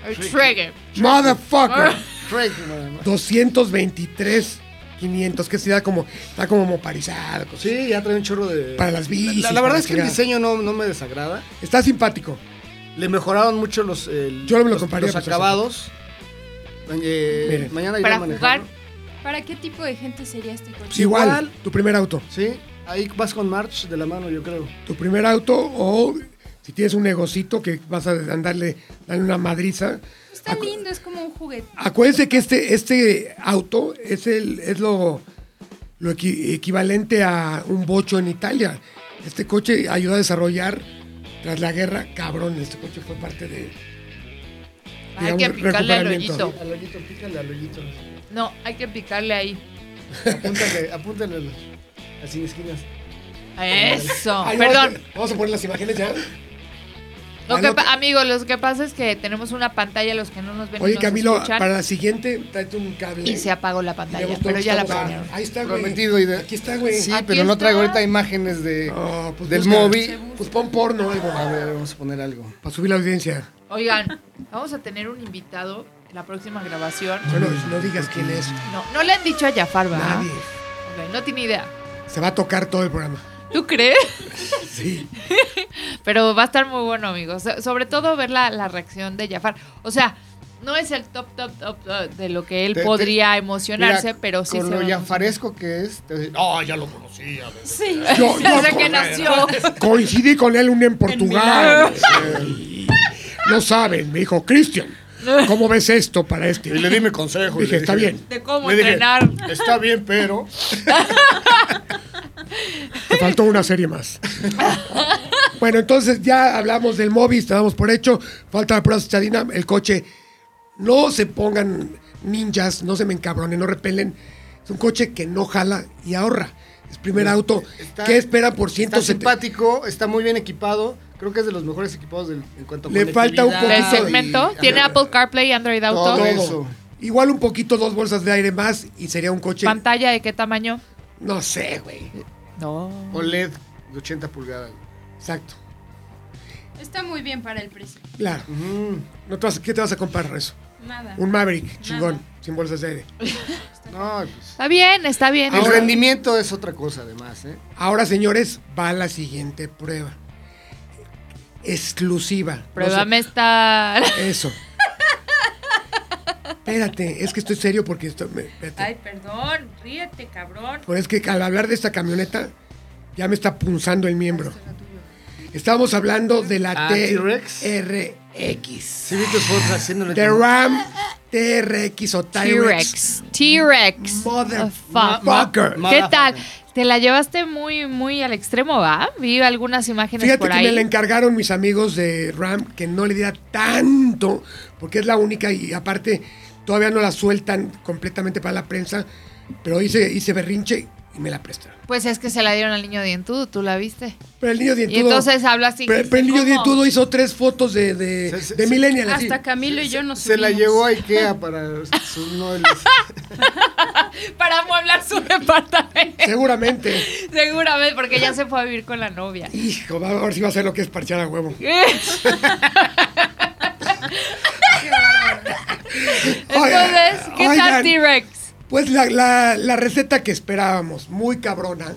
S4: El Trigger.
S2: Motherfucker.
S3: Ah. Craig, nada más.
S2: 223,500. Que se da como. Está como moparizado. cosas.
S3: Sí, ya trae un chorro de...
S2: Para las bicis.
S3: La, la verdad
S2: para
S3: es que el
S2: chingada.
S3: diseño no, no me desagrada.
S2: Está simpático.
S3: Le mejoraron mucho los, el-
S2: Yo no me lo
S3: los,
S2: compraría,
S3: los
S2: pues,
S3: acabados. Eh,
S2: Miren.
S3: mañana iré
S4: Para
S3: a manejar,
S4: jugar.
S3: ¿no?
S6: ¿Para qué tipo de gente sería este coche?
S2: Igual,
S3: Igual.
S2: tu primer auto.
S3: Sí, ahí vas con March de la mano, yo creo.
S2: Tu primer auto o si tienes un negocito que vas a andarle, darle una madriza.
S6: Está
S5: Pues
S2: Acu-
S6: lindo, es como un juguete.
S2: Acuérdense que este, este auto es, el, es lo, lo equi- equivalente a un bocho en Italia. Este coche ayudó a desarrollar tras la guerra, cabrón. Este coche fue parte de.
S4: Hay
S2: digamos,
S4: que picarle al
S2: recuperamiento.
S4: hoyito.
S3: Al hoyito, pícale al hoyito.
S4: No, hay que picarle ahí.
S3: Apúntale, apúntale al, al sin esquinas.
S4: Eso.
S2: Ay,
S4: Perdón.
S2: Vamos a, vamos a poner las imágenes ya.
S4: Lo
S2: Ah,
S4: que
S2: no,
S4: pa- amigo, lo que pasa es que tenemos una pantalla, los que no nos ven y
S2: Oye,
S4: nos
S2: Camilo,
S4: escuchan,
S2: para la siguiente, tráete un cable.
S4: y se apagó la
S2: Y
S4: pantalla,
S2: vemos
S4: pero
S2: todos
S4: ya la
S2: cómo va.
S4: prendieron.
S2: Ahí está, güey.
S3: Prometido y de-
S2: Aquí está, güey.
S3: Sí,
S4: Aquí
S3: pero no traigo
S4: está.
S3: ahorita imágenes de,
S2: Ah, pues
S3: del
S2: busca.
S3: móvil.
S2: Pues pon porno, algo.
S3: A ver, vamos a poner algo.
S2: Para subir la audiencia.
S4: Oigan, vamos a tener un invitado en la próxima grabación.
S2: Bueno, no digas quién es.
S4: No, no le han dicho a Jafar, ¿verdad?
S2: Nadie.
S4: Ok, no tiene idea.
S2: Se va a tocar todo el programa.
S4: ¿Tú crees?
S2: Sí.
S4: Pero va a estar muy bueno, amigos. So- Sobre todo ver la, la reacción de Jafar. O sea, no es el top, top, top, top de lo que él
S3: Te- te-
S4: podría emocionarse,
S3: Mira,
S4: pero sí
S3: Con
S4: se
S3: lo
S4: va-
S3: yafaresco que es, te voy a decir, "Ah, ya lo conocía.
S6: Sí.
S2: Yo, yo
S4: Desde que
S2: con-
S4: nació.
S2: coincidí con él un día en Portugal. Sí. No saben, me dijo, Cristian, ¿cómo ves esto para este?
S3: Y le di mi consejo. y
S2: Dije,
S3: le
S2: está bien.
S4: De cómo
S3: le dije,
S4: entrenar.
S3: Está bien, pero.
S2: Te faltó una serie más. Bueno, entonces ya hablamos del móvil, te damos por hecho. Falta la prueba citadina, el coche. No se pongan ninjas, no se me encabronen, no repelen. Es un coche que no jala y ahorra. Es primer auto.
S3: Está-
S2: ¿Qué esperan por 170?
S3: Está simpático, está muy bien equipado. Creo que es de los mejores equipados del- en cuanto a
S2: Le falta un
S4: Del
S3: conectividad
S2: poquito de-
S3: y-
S4: segmento.
S3: Ajá.
S4: Tiene Apple CarPlay, Android Auto.
S3: Todo.
S2: Todo.
S3: Eso.
S2: Igual un poquito, dos bolsas de aire más y sería un coche.
S4: ¿Pantalla de qué tamaño?
S2: No sé, güey.
S4: No.
S3: OLED de 80 pulgadas.
S2: Exacto.
S6: Está muy bien para el precio.
S2: Claro.
S3: Mm,
S2: No te vas- ¿Qué te vas a comprar eso?
S6: Nada.
S2: Un Maverick chingón,
S6: Nada.
S2: sin bolsas de aire.
S3: No, pues.
S4: Está bien, está bien.
S3: El
S2: Ahora-
S3: rendimiento es otra cosa, además, ¿eh?
S2: Ahora, señores, va la siguiente prueba. Exclusiva. No
S4: Pruébame esta.
S2: sé- eso. Espérate, es que estoy serio porque esto. me- espérate.
S4: Ay, perdón, ríete, cabrón.
S2: Pues es que al hablar de esta camioneta, ya me está punzando el miembro. Estamos hablando de la
S3: Ah, T-Rex.
S2: TRX.
S3: Sí, vi tus fotos haciéndole.
S2: The Ram TRX o T-Rex.
S4: T-Rex. T-Rex.
S2: Motherfucker.
S3: Ma-
S4: ¿Qué
S3: Motherfucker.
S4: tal? Te la llevaste muy, muy al extremo, ¿va? Vi algunas imágenes
S2: Fíjate
S4: por
S2: que
S4: ahí.
S2: me la encargaron mis amigos de Ram que no le diera tanto, porque es la única y aparte todavía no la sueltan completamente para la prensa, pero hice, hice berrinche y me la prestaron.
S4: Pues es que se la dieron al niño dientudo, tú la viste.
S2: Pero el niño dientudo.
S4: entonces habla así,
S2: Pero, pero el niño
S4: ¿cómo?
S2: dientudo hizo tres fotos de, de,
S3: Se- se-
S2: de
S3: se-
S2: Millennial. así.
S5: Hasta Camilo y yo nos
S3: Se la
S5: subimos.
S3: llevó a Ikea para sus muebles.
S4: Para amueblar su departamento.
S2: Seguramente.
S4: Seguramente, porque ya se fue a vivir con la novia.
S2: Hijo, va- ahora sí va a ser lo que es parchar a huevo.
S4: Entonces, ¿qué
S2: Oigan,
S4: tal T-Rex?
S2: Pues la, la- la receta que esperábamos, muy cabrona.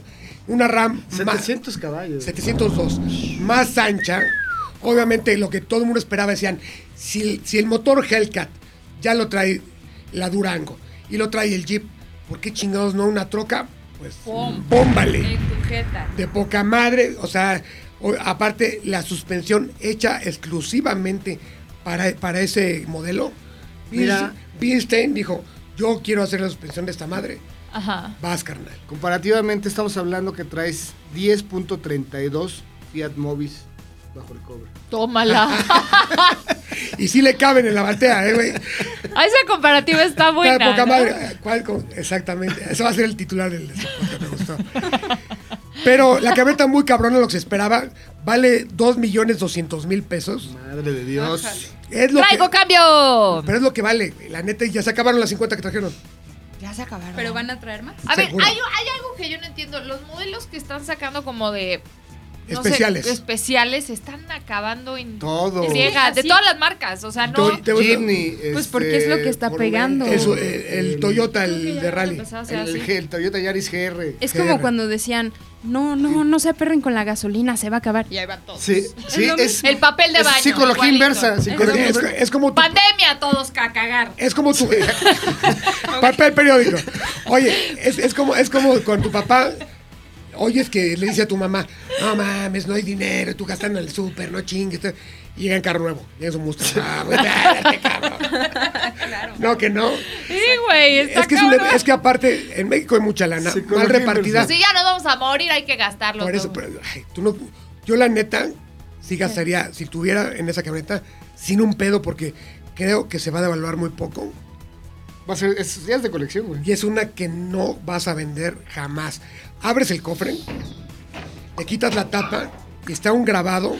S2: Una RAM más-
S3: 700 caballos.
S2: 702, más ancha. Obviamente lo que todo el mundo esperaba decían, si, el- si el motor Hellcat ya lo trae la Durango y lo trae el Jeep, ¿por qué chingados no una troca? Pues
S4: Pum.
S2: pómbale.
S4: En tu jeta.
S2: De poca madre, o sea, o- aparte la suspensión hecha exclusivamente para, para ese modelo.
S3: Mira.
S2: Birstein dijo, yo quiero hacer la suspensión de esta madre.
S4: Ajá.
S2: Vas, carnal.
S3: Comparativamente estamos hablando que traes 10.32 Fiat Mobis bajo el cobre.
S4: Tómala.
S2: Y sí le caben en la batea, ¿eh, güey?
S4: Ah, Esa comparativa está buena.
S2: Está de poca
S4: ¿no?
S2: madre. ¿Cuál con- Exactamente. Eso va a ser el titular del del podcast, me gustó. Pero la camioneta muy cabrona, lo que se esperaba, vale 2.200.000 pesos.
S3: Madre de Dios.
S2: Es lo
S4: ¡Traigo
S2: que,
S4: cambio!
S2: pero es lo que vale. güey. La neta, y ya se acabaron las 50 que trajeron.
S4: Ya se acabaron.
S6: ¿Pero van a traer más?
S4: A ver,
S2: Seguro.
S4: hay, hay algo que yo no entiendo. Los modelos que están sacando como de... no sé,
S2: Especiales.
S4: especiales están acabando en...
S3: Todo.
S4: en friega, de
S5: Sí.
S4: todas las marcas. O sea, no...
S2: Doy- te voy a-
S3: Jimny,
S5: Pues
S3: este,
S5: porque es lo que está
S3: Formentor,
S5: pegando.
S2: Eso, eh, el, Toyota,
S4: Creo que
S2: el
S4: ya
S2: de
S4: no
S2: rally.
S4: empezaba a
S3: El,
S4: ser así.
S3: G- el Toyota Yaris GR.
S5: Es
S2: Ferra.
S5: como cuando decían, no, no, no se aperren con la gasolina, se va a acabar.
S4: Y ahí van todos.
S3: Sí, sí,
S5: lo
S3: es.
S4: El papel de
S3: es
S4: baño,
S3: Psicología
S4: igualito.
S3: inversa. Psicología
S2: Es,
S3: inversa.
S2: es como tu,
S4: Pandemia, todos a cagar.
S2: es como tu papel periódico. Oye, es, es como es como con tu papá. Oyes que le dice a tu mamá, no mames, no hay dinero, tú gastando en el súper, no chingues. te- Y llega en carro nuevo, llega en su Mustang. Ah, güey, espérate, cabrón. No, que no.
S4: Sí, güey, está
S2: Es que, es, un-
S4: cabrón.
S2: es que aparte, en México hay mucha lana, mal
S3: Psicología
S2: repartida.
S3: inversa.
S4: Si ya nos vamos a morir, hay que gastarlo
S2: Por eso,
S4: todo.
S2: pero, ay, tú no- yo la neta, sí gastaría, si tuviera en esa camioneta, sin un pedo, porque creo que se va a devaluar muy poco.
S3: Va a ser, es, ya es de colección, güey.
S2: Y es una que no vas a vender jamás. Abres el cofre, te quitas la tapa y está un grabado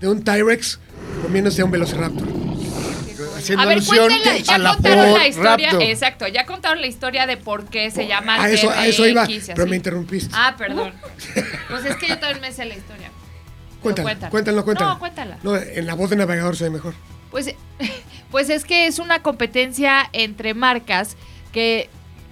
S2: de un T-Rex comiéndose a un Velociraptor.
S3: Haciendo
S4: A ver,
S3: alusión
S4: cuéntenla, ya
S3: a la
S4: contaron
S3: Ford
S4: la historia,
S3: Raptor.
S4: exacto, ya contaron la historia de por qué se llama
S2: a eso, a eso iba,
S4: TRX y
S2: pero
S4: así.
S2: me interrumpiste.
S4: Ah, perdón. Pues es que yo también me sé la historia.
S2: cuéntala,
S4: cuéntala.
S2: cuéntala, cuéntala.
S4: No, cuéntala.
S2: No, en la voz de navegador soy mejor.
S4: Pues, pues es que es una competencia entre marcas que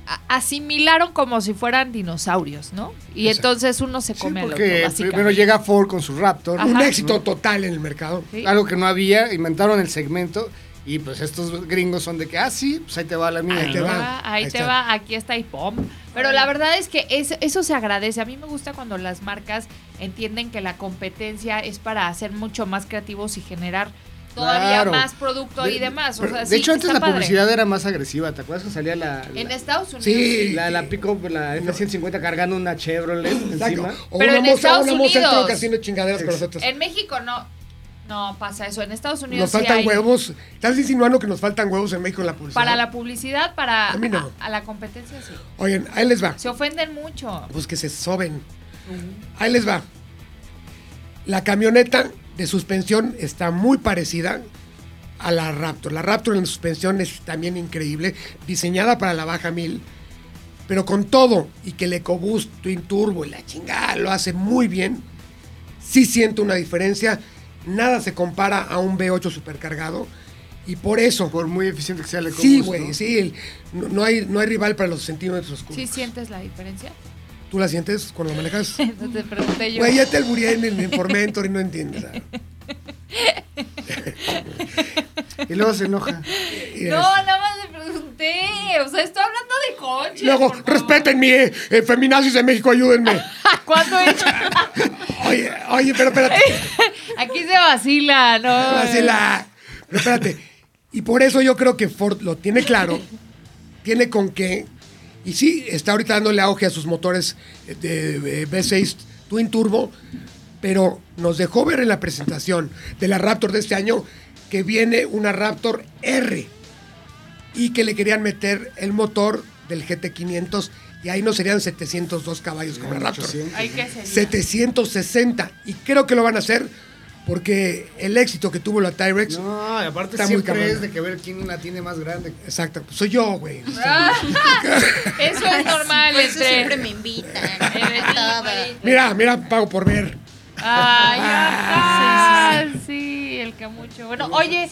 S4: a- asimilaron como si fueran dinosaurios, ¿no? Y
S2: Exacto.
S4: entonces uno se
S3: Sí,
S4: come al otro,
S3: porque
S4: básicamente.
S3: primero llega Ford con su Raptor.
S2: Un
S4: Ajá.
S2: éxito total en el mercado.
S4: Sí.
S3: algo que no había, inventaron el segmento y pues estos gringos son de que, ah, sí, pues ahí te va la mía.
S4: Ahí
S2: te
S4: te
S2: va.
S4: va,
S2: Ahí
S4: Ah, ahí, te
S2: está.
S4: va, aquí está y pom. Pero la verdad es que es- eso se agradece. A mí me gusta cuando las marcas entienden que la competencia es para hacer mucho más creativos y generar todavía
S3: Claro.
S4: más producto y demás. O
S3: Pero,
S4: sea,
S3: de
S4: sí,
S3: hecho, antes
S4: está
S3: la
S4: padre.
S3: publicidad era más agresiva, ¿te acuerdas que salía la,
S4: En
S3: la,
S4: Estados Unidos.
S2: Sí.
S3: la, la pick-up, la F-150 cargando una Chevrolet
S2: Exacto.
S3: encima?
S2: O
S4: Pero
S2: una moza, o
S4: en
S2: una
S4: Estados
S2: moza en
S4: Unidos.
S2: troca haciendo chingaderas con nosotros.
S4: En México no. No pasa eso. En Estados Unidos
S2: Nos
S4: sí
S2: faltan
S4: hay-
S2: huevos. ¿Estás insinuando que nos faltan huevos en México en la publicidad?
S4: Para la publicidad, para
S2: A mí no.
S4: a, a la competencia sí.
S2: Oigan, ahí les va.
S4: Se ofenden mucho.
S2: Pues que se soben. Ahí les va. La camioneta de suspensión está muy parecida a la Raptor. La Raptor en suspensión es también increíble, diseñada para la baja 1000, pero con todo y que el EcoBoost Twin Turbo y la chingada lo hace muy bien. Sí siento una diferencia. nada se compara a un V8 supercargado. Y por eso.
S3: Por muy eficiente que sea el
S2: Sí,
S3: EcoBoost,
S2: güey,
S3: ¿no?
S2: sí. el- no, no hay, no hay rival para los centímetros cúbicos.
S4: ¿Sí sientes la diferencia?
S2: ¿Tú la sientes cuando la manejas?
S4: No te pregunté yo.
S2: Güey, ya te alburé en el en Formentor y no entiendes. ¿sabes?
S3: Y luego se enoja.
S2: Y
S4: no,
S2: es-
S4: nada más te pregunté. O sea, estoy hablando de coches.
S2: Luego,
S4: por favor.
S2: respétenme, eh, eh, feminazis de México, ayúdenme.
S4: ¿Cuándo he hecho?
S2: Oye, oye, pero espérate.
S4: Aquí se vacila, ¿no?
S2: Así la- Pero espérate. Y por eso yo creo que Ford lo tiene claro, tiene con qué. Y sí, está ahorita dándole auge a sus motores eh, de eh, V6 Twin Turbo, pero nos dejó ver en la presentación de la Raptor de este año que viene una Raptor R y que le querían meter el motor del GT500 y ahí no serían 702 caballos como la Raptor.
S3: 800.
S4: Ay, ¿qué sería?
S2: 760. Y creo que lo van a hacer porque el éxito que tuvo la Tyrex.
S3: No, y aparte
S2: Está muy
S3: siempre
S2: cabrón.
S3: es de que ver quién la tiene más grande.
S2: Exacto, soy yo, güey.
S4: Eso es normal,
S6: Por eso
S4: entre-
S6: siempre me invitan.
S4: entre
S6: me
S4: ti,
S6: todo.
S4: güey.
S2: Mira, mira, pago por ver.
S4: Ay, ajá, Ah, sí, el camucho. Bueno, oye,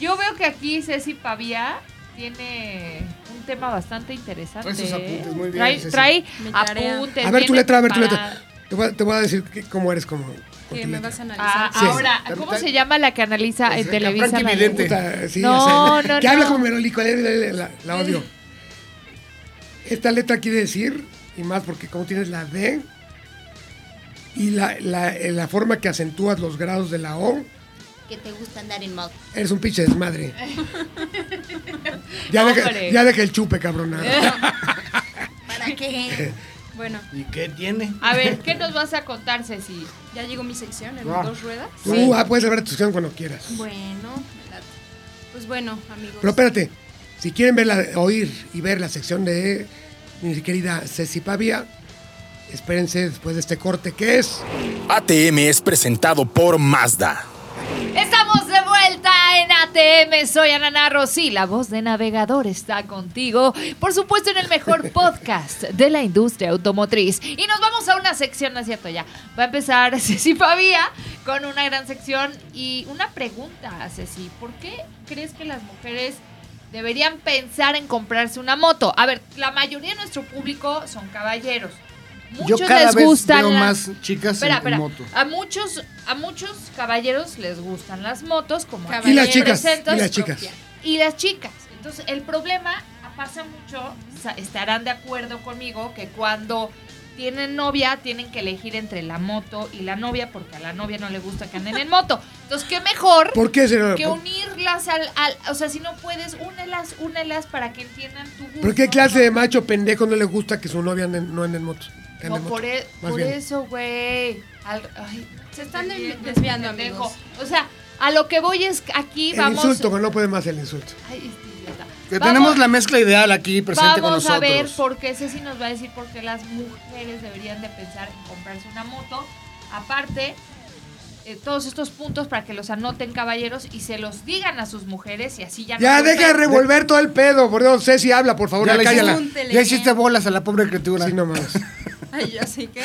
S4: yo veo que aquí Ceci Pavía tiene un tema bastante interesante.
S3: Trae sus
S4: ¿eh?
S3: apuntes, muy bien,
S4: Trae,
S3: Ceci.
S4: trae
S5: Mi tarea.
S4: apuntes.
S2: A ver tu
S4: viene
S2: letra, a ver tu
S4: preparada.
S2: letra. Te voy a, te voy a decir que- cómo eres como. con
S6: Que
S2: tu
S6: me
S2: letra.
S6: vas a analizar.
S4: Ah,
S2: Sí.
S4: ahora, ¿cómo se llama la que analiza en
S3: Pues, Frankie
S4: Televisa? la de-
S3: Vidente.
S2: Puta, sí,
S4: No,
S2: ya sé.
S4: no,
S2: que
S4: no.
S2: habla como Merolico, la, la- la- la odio. Esta letra quiere decir, y más porque como tienes la D y la, la- eh, la forma que acentúas los grados de la O,
S6: Que te gusta andar en moto.
S2: eres un pinche desmadre. ya, deja,
S4: Hombre. Eh,
S2: ya deja el chupe, cabrona.
S6: ¿Para qué?
S5: Bueno,
S3: ¿Y qué tiene?
S4: A ver, ¿qué nos vas a contar, Ceci?
S6: Ya llegó mi sección en
S3: Ah.
S6: dos ruedas.
S2: Tú ah, puedes saber tu sección cuando quieras.
S6: Bueno, me late. pues bueno, amigos.
S2: Pero espérate, si quieren ver la- oír y ver la sección de mi querida Ceci Pavia, espérense después de este corte que es.
S1: ATM es presentado por Mazda.
S4: Estamos de vuelta en ATM. Soy Ana Rossi, la voz de navegador está contigo. Por supuesto, en el mejor podcast de la industria automotriz. Y nos vamos a una sección, ¿no es cierto? Ya va a empezar Ceci Pavía con una gran sección y una pregunta, Ceci. ¿Por qué crees que las mujeres deberían pensar en comprarse una moto? A ver, la mayoría de nuestro público son caballeros. Muchos
S3: Yo cada
S4: les
S3: vez
S4: gustan
S3: veo
S4: las-
S3: más chicas
S4: Espera,
S3: en, en
S4: espera.
S3: moto.
S4: A muchos, a muchos caballeros les gustan las motos, como
S2: Y
S6: Caballeros.
S4: aquí
S2: las chicas,
S6: Caballeros
S4: presentas,
S2: y las chicas.
S4: y las chicas. Entonces, el problema pasa mucho, sa- estarán de acuerdo conmigo, que cuando tienen novia, tienen que elegir entre la moto y la novia, porque a la novia no le gusta que anden en moto. Entonces, qué mejor
S2: ¿Por qué, señora?
S4: que
S2: ¿Por,
S4: unirlas al, al- O sea, si no puedes, únelas, únelas para que entiendan tu gusto.
S2: por qué clase de macho pendejo no le gusta que su novia ande- no ande en moto? Que ande
S4: No,
S2: en moto?
S4: por, e-
S2: Más
S4: por
S2: bien.
S4: eso, güey. Al- ay, se están
S6: Desvi-
S4: desvi-
S6: desviando,
S4: pendejo.
S6: amigos.
S4: O sea, a lo que voy es que aquí
S2: El
S4: vamos.
S2: insulto, que no puede más el insulto.
S4: Ay, este idiota.
S3: Que
S4: Vamos-
S3: tenemos la mezcla ideal aquí presente con
S4: Vamos
S3: nosotros.
S4: a ver por qué Ceci nos va a decir por qué las mujeres deberían de pensar en comprarse una moto. Aparte, eh, todos estos puntos para que los anoten caballeros y se los digan a sus mujeres y así ya
S2: Ya,
S4: no
S2: deja de
S4: sufren.
S2: revolver todo el pedo, por Dios. Ceci, habla, por favor,
S3: Ya,
S2: ya
S3: le
S2: cállala.
S3: hiciste, ya hiciste bolas a la pobre criatura.
S2: Sí, no mames.
S6: Ay, yo así que.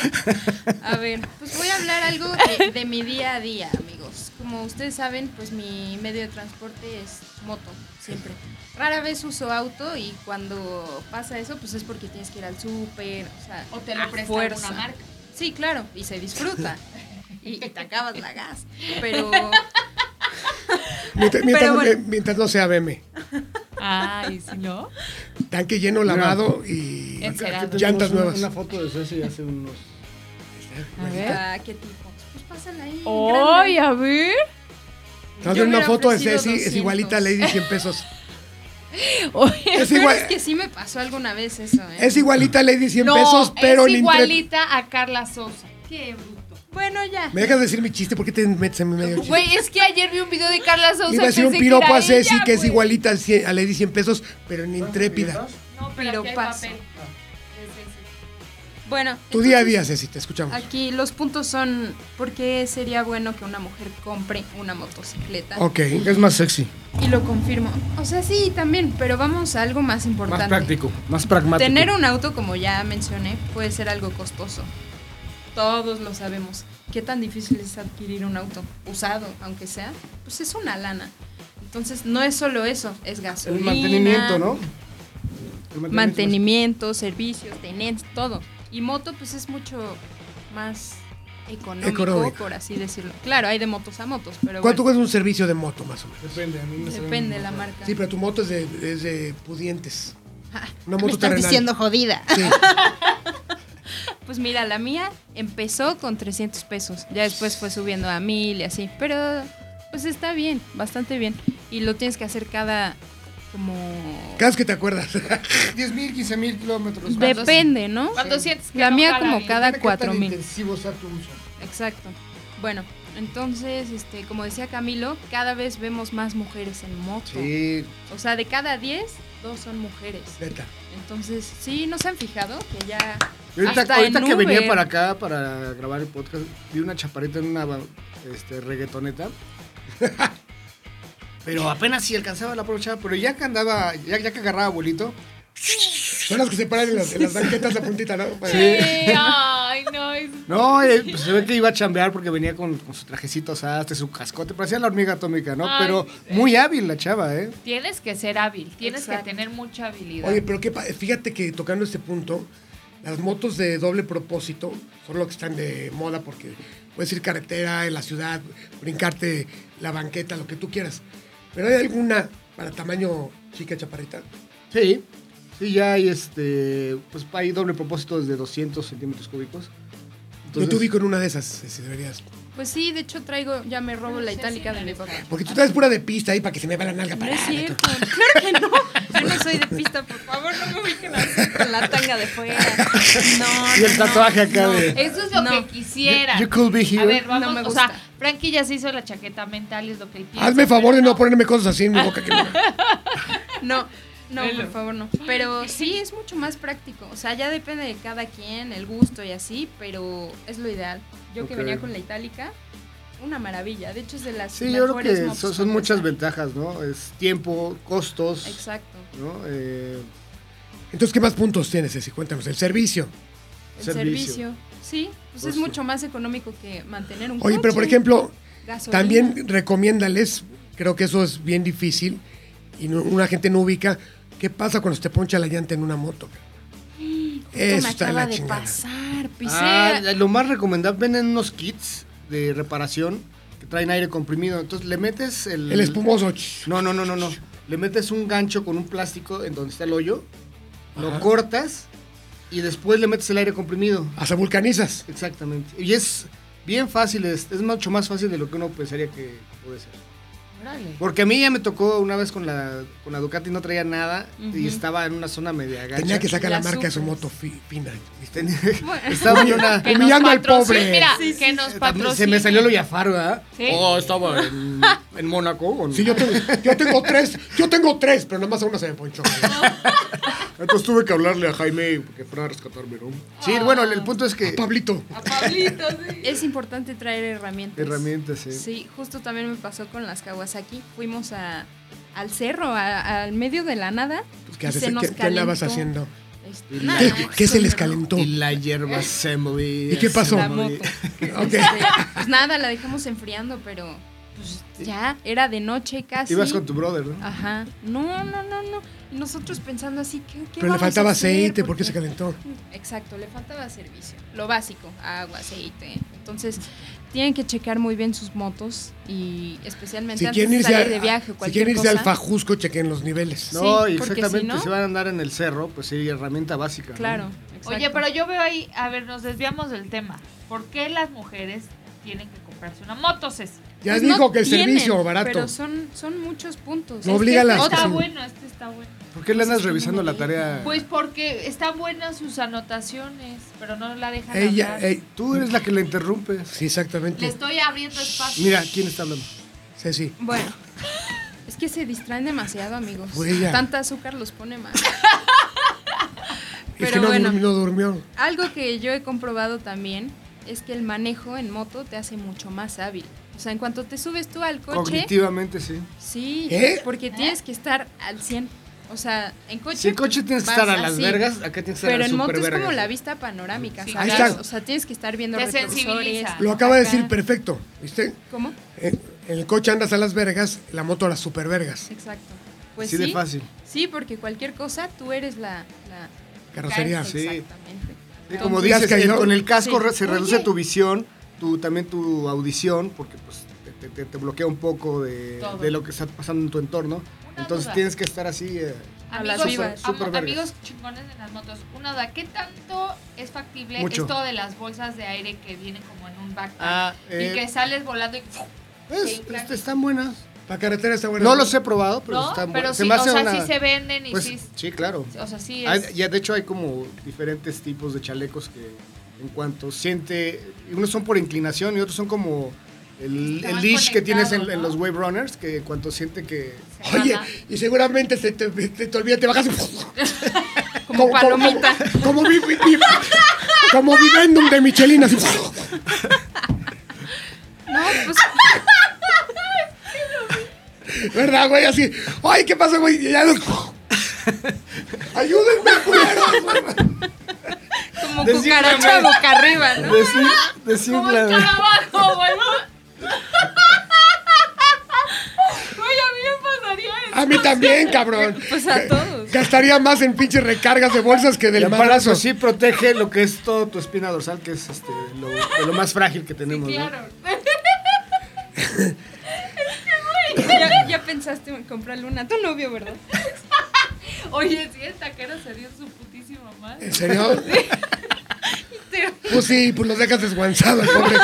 S6: A ver, pues voy a hablar algo de, de mi día a día, amigos. Como ustedes saben, pues mi medio de transporte es moto, siempre. Rara vez uso auto y cuando pasa eso, pues es porque tienes que ir al súper, o sea,
S4: O te
S6: a
S4: lo presta
S6: fuerza.
S4: alguna marca.
S6: Sí, claro, y se disfruta. Y, y te acabas la gas. Pero
S2: Mientras, mientras no-
S6: bueno.
S2: mientras no sea BM.
S4: Ay, si no.
S2: Tanque lleno, lavado y
S4: Encerado.
S3: Tenemos
S2: llantas
S3: una-
S2: nuevas.
S3: Una foto de Ceci hace unos...
S4: A ver.
S6: ah, qué tipo. Pues pasan ahí.
S4: Ay,
S6: grande.
S4: a ver.
S2: Estás
S6: Yo
S2: viendo una
S6: hubiera
S2: foto de
S6: ofrecido
S2: Ceci, es
S6: 200.
S2: igualita a Lady 100 pesos.
S4: Oye,
S2: Es,
S6: Pero
S2: igual,
S6: es que sí me pasó alguna vez eso, ¿eh?
S2: es igualita a Lady 100
S4: no,
S2: pesos, pero
S4: es
S2: en intre-
S4: igualita a Carla Sosa. Qué bruto.
S6: Bueno, ya.
S2: ¿Me dejas decir mi chiste? ¿Por qué te metes en mi medio chiste?
S4: Güey, es que ayer vi un video de Carla Sosa.
S2: Le Iba a
S4: y
S2: decir un
S4: pensé que era
S2: piropo a
S4: ella,
S2: Ceci que es
S4: güey.
S2: igualita al cien- a Lady 100 pesos, pero en intrépida.
S4: No, pero aquí hay
S6: Piropazo.
S4: papel. Es ese.
S6: Bueno.
S2: Tu día a
S6: entonces,
S2: día, Ceci, te escuchamos.
S6: Aquí los puntos son por qué sería bueno que una mujer compre una motocicleta.
S2: Ok.
S3: Es más sexy,
S6: Y lo confirmo. O sea, sí, también, pero vamos a algo más importante.
S3: más práctico, más pragmático.
S6: Tener un auto, como ya mencioné, puede ser algo costoso. Todos lo sabemos. qué tan difícil es adquirir un auto usado, aunque sea, pues es una lana. Entonces, no es solo eso, es
S3: El
S6: gasolina.
S3: mantenimiento, ¿no? El
S6: Mantenimiento, servicios, tenencia, todo. Y moto, pues es mucho más económico,
S2: Económico.
S6: por así decirlo. Claro, hay de motos a motos, pero
S2: ¿Cuánto
S6: bueno,
S2: cuesta un servicio de moto, más o menos?
S3: Depende, a mí me sale
S6: depende de
S3: un
S6: la
S3: motor.
S6: marca.
S2: Sí, pero tu moto es de, es de pudientes. Una
S6: Me
S2: moto
S6: estás
S2: terrenal.
S6: diciendo jodida.
S2: Sí.
S6: Pues mira, la mía empezó con 300 pesos. Ya después fue subiendo a 1000 y así. Pero pues está bien, bastante bien. Y lo tienes que hacer cada como...
S2: Cada vez que te acuerdas.
S3: 10.000, 15.000 kilómetros.
S4: Ve-
S6: Depende, ¿no?
S2: Ah.
S4: Cuando sientes que
S6: La
S4: no
S6: mía
S4: jala
S6: como
S4: bien.
S6: cada
S3: Depende qué tan
S6: 4000.
S3: intensivo sea tu uso.
S6: Exacto. Bueno, entonces, este, como decía Camilo, cada vez vemos más mujeres en moto.
S3: Sí,
S6: O sea, de cada 10, dos son mujeres.
S2: Neta.
S6: Entonces, sí, ¿no se han fijado que ya...
S3: Y Ahorita,
S6: Hasta
S3: ahorita
S6: en
S3: que venía
S6: Uber.
S3: para acá para grabar el podcast, vi una chaparrita en una este, reggaetoneta. pero apenas si alcanzaba la brocha, pero ya que andaba, ya, ya que agarraba abuelito.
S2: Son las que se paran en las, en las banquetas la puntita, ¿no? Para-
S4: Sí, ay, no. es-
S3: No, eh, pues, se ve que iba a chambear porque venía con, con su trajecito sastre, su cascote, parecía la hormiga atómica, ¿no?
S4: Ay,
S3: pero muy hábil la chava, ¿eh?
S4: Tienes que ser hábil, tienes
S6: Exacto.
S4: que tener mucha habilidad.
S2: Oye, pero qué pa- fíjate que tocando este punto, las motos de doble propósito son lo que están de moda porque puedes ir carretera, en la ciudad, brincarte la banqueta, lo que tú quieras. Pero hay alguna para tamaño chica chaparrita.
S3: Sí. Sí, ya hay este. Pues hay doble propósito desde 200 centímetros cúbicos.
S2: Yo te ubico en una de esas, si deberías.
S6: Pues sí, de hecho traigo, ya me robo la itálica de mi papá.
S2: Porque tú traes pura de pista ahí para que se me vaya la nalga
S6: No
S3: Ah,
S2: para
S6: es cierto, claro que no. Yo no soy de pista, por favor, no me ubiquen así con la tanga de fuera. No,
S3: Y el
S6: no,
S3: tatuaje
S6: no,
S3: acá
S6: no.
S3: de-
S4: Eso es lo
S6: No.
S4: que quisiera.
S3: You could be
S4: A
S3: here.
S4: ver, vamos,
S6: No me
S4: o
S6: gusta.
S4: sea, Frankie ya se hizo la chaqueta mental, es lo que él piensa.
S2: Hazme favor de
S4: pero
S2: no ponerme cosas así en mi boca que no.
S6: No, no,
S4: Velo.
S6: por favor, no. Pero sí es mucho más práctico. O sea, ya depende de cada quien, el gusto y así, pero es lo ideal. Yo que
S3: Ok.
S6: venía con la itálica, una maravilla. De hecho, es de las
S3: Sí, yo creo
S6: mejores
S3: que
S6: motos
S3: son,
S6: que
S3: son
S6: puedes
S3: muchas
S6: tener.
S3: ventajas, ¿no? Es tiempo, costos,
S6: Exacto.
S3: ¿no? Eh,
S2: Entonces, ¿qué más puntos tienes, Ceci? Cuéntanos. El servicio.
S6: El
S3: Servicio.
S6: servicio. Sí, pues es
S3: Costo.
S6: mucho más económico que mantener un
S2: Oye, pero por
S6: coche,
S2: ejemplo,
S6: gasolina.
S2: También recomiéndales, creo que eso es bien difícil y no- una gente no ubica, ¿qué pasa cuando se te poncha la llanta en una moto?
S6: Esto
S2: Eso está
S6: me
S2: en
S6: acaba
S2: la
S6: de
S2: chingada.
S6: pasar, pisé.
S3: ah, lo más recomendable, venden unos kits de reparación que traen aire comprimido. Entonces le metes el...
S2: El espumoso. ch-
S3: No, no, no, no, no. Le metes un gancho con un plástico en donde está el hoyo,
S2: Ajá.
S3: lo cortas y después le metes el aire comprimido.
S2: Hasta vulcanizas.
S3: Exactamente. Y es bien fácil, es, es mucho más fácil de lo que uno pensaría que puede ser.
S4: Órale.
S3: Porque a mí ya me tocó una vez con la, con la Ducati, no traía nada y
S6: Ujú.
S3: estaba en una zona media gacha.
S2: Tenía que sacar la,
S6: La
S2: marca de su
S6: sufres.
S2: moto fi- fina. ¿viste?
S3: Tenía-
S6: Bueno.
S3: estaba en una...
S4: Que nos
S2: Humillando al
S4: patrocine-
S2: pobre.
S4: Mira,
S6: Sí, sí,
S4: que
S6: sí.
S4: nos
S3: También
S4: patrocine.
S3: Se me salió lo Yafar, ¿verdad?
S4: Sí.
S3: Oh, estaba en, en Mónaco. o no.
S2: Sí, yo, tengo- yo tengo tres, yo tengo tres, pero nada más a una se me ponchó.
S3: Entonces tuve que hablarle a Jaime que fuera a rescatarme, ¿no? Sí,
S6: Ah.
S3: bueno, el, el punto es que...
S2: Pablito,
S4: A Pablito, sí.
S6: Es importante traer herramientas.
S3: Herramientas, sí.
S6: Sí, justo también me pasó con las Kawasaki. Fuimos a, al cerro, a- al medio de la nada.
S2: pues, ¿qué
S6: y
S2: haces?
S6: se nos
S2: ¿Qué, qué andabas
S6: calentó.
S2: haciendo?
S6: Este,
S3: Y
S6: nada,
S2: ¿Qué,
S6: pues,
S2: qué se les
S6: pero
S2: calentó?
S3: Y la hierba se movía.
S2: ¿Y qué
S3: se
S2: pasó?
S6: La
S3: movía.
S6: moto.
S2: Ok.
S6: Este, pues nada, la dejamos enfriando, pero pues, ya era de noche casi.
S3: Ibas con tu brother, ¿no?
S6: Ajá. No, no, no, no. Y nosotros pensando así, ¿qué, qué
S2: Pero le
S6: vamos a
S2: faltaba
S6: hacer?
S2: aceite, ¿por qué se calentó?
S6: Exacto, le faltaba servicio. Lo básico, agua, aceite. Entonces, tienen que checar muy bien sus motos y especialmente
S2: Si
S6: antes
S2: quieren
S6: de
S2: irse,
S6: salir de
S2: a-
S6: viaje o
S2: si
S6: cualquier
S2: quieren irse al
S6: cosa.
S2: Fajusco, chequen los niveles.
S6: No.
S3: No,
S6: Sí,
S3: y
S6: porque
S3: exactamente.
S6: si no-
S3: Si van a andar en el cerro, pues sí, herramienta básica. ¿no?
S6: Claro. exacto.
S4: Oye, pero yo veo ahí, a ver, nos desviamos del tema. ¿Por qué las mujeres tienen que comprarse una moto, Ceci?
S2: Ya
S6: Pues no
S2: dijo que el
S6: tienen,
S2: servicio barato.
S6: Pero son, son muchos puntos.
S2: No
S6: Es que
S2: obliga a las
S4: Está
S2: Sí.
S4: bueno, este está bueno.
S3: ¿Por qué le andas revisando la tarea?
S4: Pues porque están buenas sus anotaciones, pero no la dejan
S2: Ella,
S4: hablar.
S2: ey,
S3: Tú eres la que le interrumpes.
S2: sí, exactamente.
S4: Le estoy abriendo espacio.
S3: Mira, ¿quién está hablando?
S2: Ceci.
S6: Bueno, es que se distraen demasiado, amigos.
S2: Güey, ya.
S6: Tanta azúcar los pone mal.
S2: es
S6: Pero
S2: que no,
S6: bueno.
S2: durmi- no durmió.
S6: Algo que yo he comprobado también es que el manejo en moto te hace mucho más hábil. O sea, en cuanto te subes tú al coche,
S3: Cognitivamente, sí.
S6: sí,
S2: ¿Eh?
S6: porque tienes que estar al 100. O sea, en coche.
S3: Si en coche tienes que
S6: vas
S3: estar a las
S6: así.
S3: vergas, acá tienes que estar
S6: Pero
S3: a
S6: en
S3: las
S6: moto es
S3: supervergas.
S6: como la vista panorámica,
S4: Sí,
S6: ¿sabes?
S2: ahí está.
S6: O sea, tienes que estar viendo
S4: Te
S6: retrovisores.
S4: sensibiliza.
S2: Lo acaba de
S6: Acá.
S2: decir perfecto, ¿viste?
S6: ¿Cómo?
S2: En, en el coche andas a las vergas, en la moto a las supervergas.
S6: Exacto. Pues
S3: Así
S6: sí.
S3: de fácil.
S6: Sí, porque cualquier cosa tú eres la. la
S2: Carrocería.
S3: Sí.
S6: Exactamente.
S3: Sí, como
S2: Entonces,
S3: dices,
S2: ¿has caído?
S3: eh, con el casco
S6: Sí.
S3: re- se
S6: Oye.
S3: reduce tu visión, tu, también tu audición, porque pues, te, te- te bloquea un poco de,
S4: Todo.
S3: de lo que está pasando en tu entorno.
S4: Una
S3: Entonces
S4: duda.
S3: tienes que estar así. eh,
S6: A las
S4: Amigos,
S6: vivas.
S4: am-
S3: Súper vergas.
S4: amigos chingones de las motos, una duda, ¿qué tanto es factible
S3: Mucho.
S4: esto de las bolsas de aire que vienen como en un backpack
S3: Ah, eh.
S4: y que sales volando y...
S3: pues,
S4: Sí, claro.
S3: este, están buenas.
S2: La carretera está buena.
S3: No los he probado, pero
S4: no,
S3: están
S4: pero
S3: buenas.
S4: sí,
S3: me
S4: o
S3: hace
S4: sea,
S3: una-
S4: sí se venden y
S3: pues,
S4: sí...
S3: sí, claro.
S4: O sea, sí
S3: Hay-
S4: es...
S3: ya de hecho hay como diferentes tipos de chalecos que en cuanto siente, unos son por inclinación y otros son como el,
S4: Está
S3: el
S4: más
S3: leash que tienes en,
S4: conectado,
S3: en
S4: ¿no?
S3: los wave runners, que en cuanto siente que...
S4: se
S2: Oye,
S4: gana.
S2: y seguramente se te, te, te olvida, te bajas.
S6: Como palomita.
S2: Como, como, vi- vi- vi- como vivendum de Michelin. así.
S6: No, pues
S2: ¿Verdad, güey? Así. Ay, ¿qué pasa, güey? Y ya los- Ayúdenme, culeros.
S6: como
S3: Descíframe.
S6: cucaracha boca arriba, ¿no?
S3: pues,
S4: Como el carabajo, güey. Güey, a mí me pasaría eso.
S2: A mí también, cabrón.
S6: Pues a todos.
S2: Gastaría más en pinches recargas de bolsas que
S3: El
S2: del
S3: embarazo
S2: madrazo.
S3: así protege lo que es todo tu espina dorsal, que es este, lo, de lo más frágil que tenemos. ¿no?
S4: Claro.
S6: Ya, ya pensaste en comprarle una a tu novio, ¿verdad?
S4: Oye, si esta cara se dio su putísima madre.
S2: ¿En serio? Pues sí, pues los dejas desguanzados, pobre.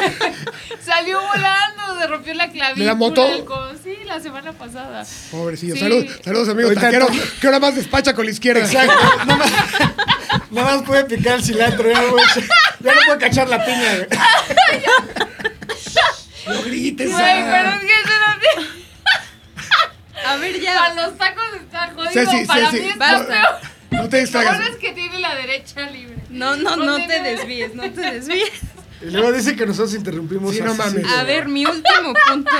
S4: Salió volando, se rompió la clavícula.
S2: ¿De la moto?
S4: el co- Sí, la semana pasada.
S2: Pobrecillo.
S4: Sí.
S2: Salud- saludos, amigos
S3: Ahorita
S2: taquero.
S3: entonces-
S2: ¿Qué hora más despacha con la izquierda?
S3: Exacto. Nada más, nada más puede picar el cilantro. Ya, güey. Ya no puede cachar la piña. güey.
S2: No grites.
S4: Güey, pero
S2: ah.
S4: es que eso no
S6: A ver,
S4: Para
S6: ya.
S4: los tacos está jodido.
S2: Ceci,
S4: Para
S2: Ceci,
S4: mí es
S2: no-
S4: peor.
S2: No te
S4: Lo
S2: distraigas.
S4: bueno es que tiene la derecha libre.
S6: No, no, no te
S4: Continúa.
S6: desvíes, no te desvíes.
S3: Y luego dice que nosotros interrumpimos.
S2: Sí, no
S3: así,
S2: mames.
S3: güey.
S6: A ver, mi último punto.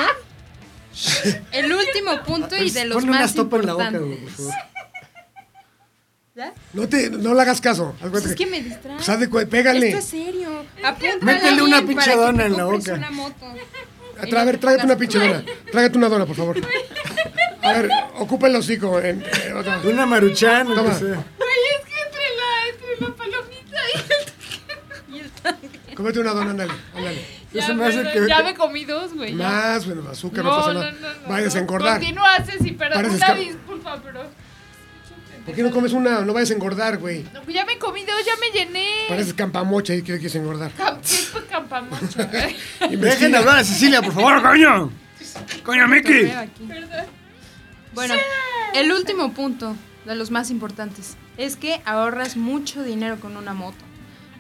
S6: El último punto y
S3: Pues,
S6: de los
S3: ponle
S6: más
S3: una estopa en la boca,
S6: importantes.
S3: güey, pues. por favor.
S6: ¿Ya?
S2: No, te, no le hagas caso. Haz
S6: Pues
S2: cuenta
S6: es que
S2: que-
S6: me distrae.
S2: Pues haz de cu- pégale.
S6: Esto es serio. Apúntale
S3: Métele una pinche
S6: para que
S3: dona
S6: te
S3: en la
S6: compres
S3: boca.
S6: una moto.
S2: A tra- a ver, trágate una pinche dona. Trágate una dona, por favor. A ver, ocupa el hocico. en- en otra.
S3: Una maruchan, lo
S2: Toma.
S3: que sea.
S4: Güey, es que entre la, entre la palomita y el
S6: Y el tanque.
S2: Cómete una dona, ándale. ándale.
S3: Ya
S4: Ya,
S3: se me hace
S4: perdón,
S3: que-
S4: ya me comí dos, güey. ya.
S2: Más, bueno, azúcar, no, pasa nada. vayas a engordar.
S4: Continúa, Ceci, pero
S2: Pareces
S4: una
S2: ca-
S4: disculpa, pero.
S2: ¿Por qué no comes una? No vayas a engordar, güey.
S4: No, pues ya me comí dos, ya me llené.
S2: Pareces campamocha y quieres engordar.
S4: Cam- ¿Qué es pa' campamocho? ¿eh?
S3: Dejen hablar a Cecilia, por favor, coño. Coño, Miki.
S6: Veo aquí.
S4: Perdón.
S6: Bueno, el último punto, de los más importantes, es que ahorras mucho dinero con una moto.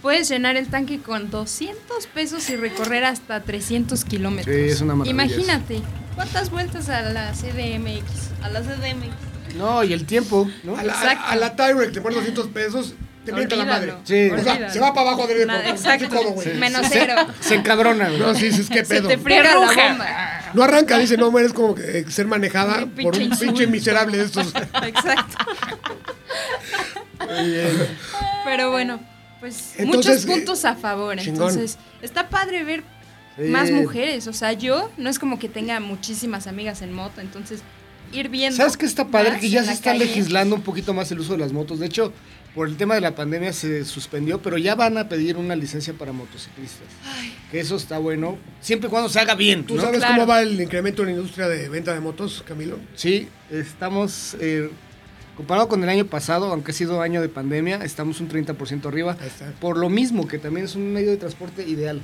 S6: Puedes llenar el tanque con 200 pesos y recorrer hasta 300 kilómetros.
S3: Sí, es una maravilla eso.
S6: Imagínate, ¿cuántas vueltas a la CDMX? A la CDMX.
S3: No, y el tiempo, ¿no?
S2: A la,
S6: Exacto.
S2: a, la Tyrek te pones 200 pesos, te mienta la madre.
S6: Olvídalo,
S3: Sí.
S2: O sea,
S6: olvídalo.
S2: se va para abajo del
S6: Nada,
S2: Exacto.
S6: exacto.
S2: codo, güey.
S6: Menos cero.
S3: Se encabrona, güey.
S2: No, sí, sí, es que
S6: Se
S2: pedo.
S6: te friega la
S4: Ruge.
S6: bomba.
S2: No arranca, dice, no, eres como que, eh, ser manejada
S6: Un
S2: por
S6: pinche
S2: un pinche
S6: insulto.
S2: miserable de estos.
S6: Exacto. Pero bueno, pues
S2: Entonces,
S6: muchos
S2: eh,
S6: puntos a favor.
S2: chingón.
S6: Entonces, está padre ver
S3: Sí.
S6: más mujeres. O sea, yo no es como que tenga muchísimas amigas en moto, entonces ir viendo.
S3: ¿Sabes qué está padre?
S6: más
S3: Que ya
S6: en
S3: se
S6: la
S3: está
S6: calle.
S3: legislando un poquito más el uso de las motos. De hecho, por el tema de la pandemia se suspendió, pero ya van a pedir una licencia para motociclistas. Que eso está bueno, siempre y cuando se haga bien.
S2: ¿Tú
S3: ¿no?
S2: sabes
S6: Claro.
S2: cómo va el incremento en la industria de venta de motos, Camilo?
S3: Sí, estamos, eh, comparado con el año pasado, aunque ha sido año de pandemia, estamos un 30% arriba.
S2: Ahí está.
S3: Por lo mismo, que también es un medio de transporte ideal.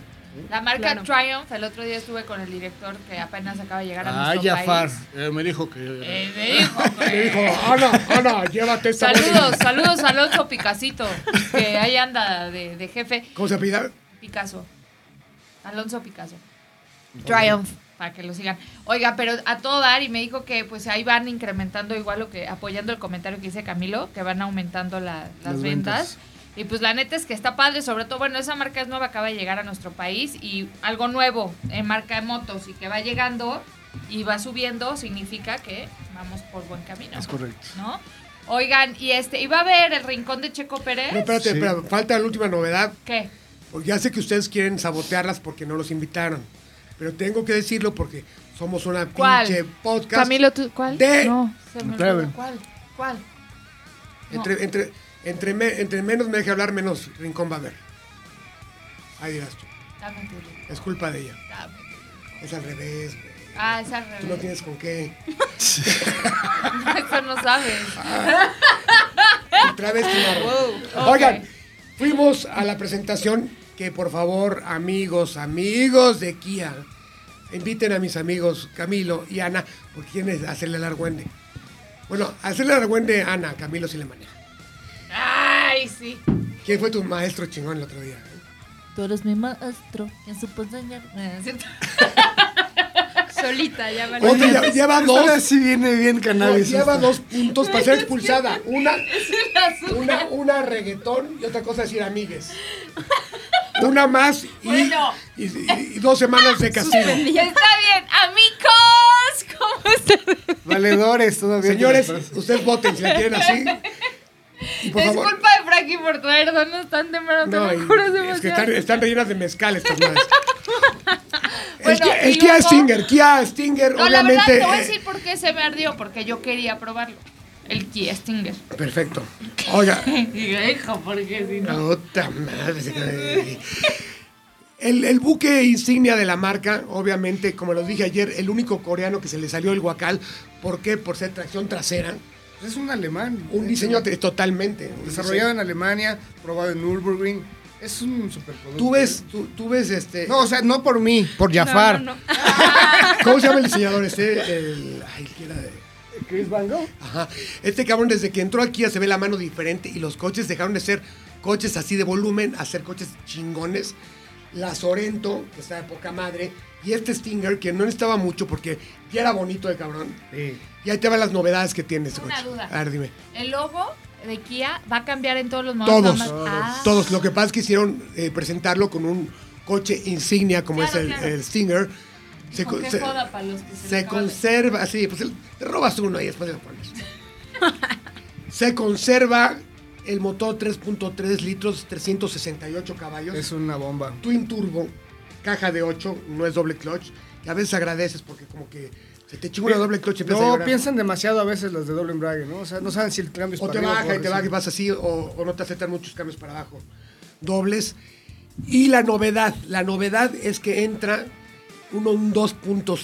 S4: La marca
S6: Claro.
S4: Triumph, el otro día estuve con el director que apenas acaba de llegar a
S3: Ah,
S4: nuestro
S3: Jafar,
S4: país.
S3: eh, me dijo que...
S4: Eh, me dijo,
S2: Le
S4: güey.
S2: dijo, Ana, Ana, llévate esta bolsa".
S4: Saludos, saludos a Alonso Picasito, que ahí anda de, de jefe.
S2: ¿Cómo se pida?
S4: Picasso. Alonso Picasso. Triumph. Para que lo sigan. Oiga, pero a todo dar, y me dijo que pues ahí van incrementando igual lo que, apoyando el comentario que dice Camilo, que van aumentando la- las,
S3: Las ventas.
S4: ventas. Y pues la neta es que está padre, sobre todo, bueno, esa marca es nueva, acaba de llegar a nuestro país y algo nuevo en marca de motos y que va llegando y va subiendo, significa que vamos por buen camino.
S3: Es correcto.
S4: ¿no? Oigan, y este, iba a ver el rincón de Checo Pérez.
S2: No, espérate,
S3: Sí.
S2: espérate, falta la última novedad.
S4: ¿Qué?
S2: Porque ya sé que ustedes quieren sabotearlas porque no los invitaron. Pero tengo que decirlo porque somos una
S4: ¿Cuál?
S2: pinche podcast.
S5: Camilo, ¿tú, ¿cuál?
S2: De-
S5: No.
S4: Se me
S3: Claro.
S4: olvidó. ¿Cuál? ¿Cuál?
S2: Entre, entre, entre, me- entre menos me deje hablar, menos rincón va a haber. Ahí dirás tú.
S4: Dame un tuyo,
S2: Es culpa de ella.
S4: dame.
S2: Es al revés, güey.
S4: Ah, es al
S2: Tú no
S4: revés.
S2: tienes con qué.
S4: Eso no sabes.
S2: Otra vez tu madre.
S4: Wow,
S2: Oigan,
S4: ok.
S2: fuimos a la presentación que por favor, amigos, amigos de Kia, inviten a mis amigos Camilo y Ana, porque quieren hacerle el argüende. Bueno, hacerle el argüende a Ana, Camilo sí le maneja.
S4: Ay, sí.
S2: ¿Quién fue tu maestro chingón el otro día?
S7: Tú eres mi maestro, ¿quién supo enseñar?
S4: Es cierto.
S6: Solita, ya vale.
S2: Oye, ya- lleva dos,
S3: Ahora sí viene bien
S2: no,
S3: cannabis.
S2: lleva
S3: esta.
S2: dos puntos para ser expulsada. Una,
S4: La azul.
S2: una, una reggaetón y otra cosa decir amigues. Una más y,
S4: Bueno.
S2: y- y- y dos semanas de castigo.
S4: Está bien, amigos. ¿Cómo están?
S3: Valedores todavía.
S2: Señores, ustedes voten si la quieren así. Y por
S4: es
S2: favor.
S4: culpa de Frankie por traer donas tan temprano.
S2: No,
S4: te
S2: y-
S4: lo juro,
S2: es
S4: demasiado.
S2: que están, están rellenas de mezcal estas madres. el,
S4: Bueno,
S2: Kia-
S4: y
S2: el Kia
S4: luego-
S2: Stinger, Kia Stinger,
S4: No, la verdad
S2: obviamente.
S4: te voy a
S2: eh,
S4: decir por qué se me ardió, porque yo quería probarlo. El Kia Stinger.
S2: Perfecto. Oiga,
S4: Hijo, porque si no.
S2: puta madre. El, el buque insignia de la marca, obviamente, como los dije ayer, el único coreano que se le salió el guacal. ¿Por qué? Por ser tracción trasera.
S3: Es un alemán.
S2: Un diseño te- totalmente. un
S3: desarrollado en Alemania, probado en Nürburgring. Es un superproducto.
S2: Tú ves, tú, tú ves este.
S3: No, o sea, no por mí, por Jafar.
S5: No, no, no.
S2: ¿Cómo se llama el diseñador este? El, ay, que era de-
S3: Chris Van Gogh.
S2: ajá. Este cabrón, desde que entró aquí ya se ve la mano diferente y los coches dejaron de ser coches así de volumen a ser coches chingones. La Sorento, que está de poca madre, y este Stinger, que no necesitaba mucho porque ya era bonito el cabrón.
S3: Sí.
S2: Y ahí te van las novedades que tiene este
S4: Una
S2: coche.
S4: duda.
S2: A ver, dime.
S4: El logo de Kia va a cambiar en todos los modelos.
S2: Todos,
S4: nada más- Ah.
S2: todos. Lo que pasa es que hicieron eh, presentarlo con un coche insignia como
S4: Claro,
S2: es el,
S4: claro.
S2: el Stinger. Se
S4: Hijo,
S2: co-
S4: qué
S2: se-
S4: joda para los que se,
S2: Se
S4: le acaban de-
S2: conserva, sí, pues el- te robas uno y después lo pones. se conserva el motor 3.3 litros, 368 caballos,
S3: Es una bomba.
S2: twin turbo, caja de 8, no es doble clutch, que a veces agradeces porque como que se te chinga una doble clutch y empiezas a
S3: No
S2: llorar.
S3: piensan demasiado a veces los de doble embrague, ¿no? O sea, no saben si el cambio es
S2: O te
S3: para arriba
S2: baja y te
S3: para
S2: baja y
S3: arriba.
S2: vas así, o, o no te aceptan muchos cambios para abajo. Dobles. Y la novedad, la novedad es que entra uno un 2.5.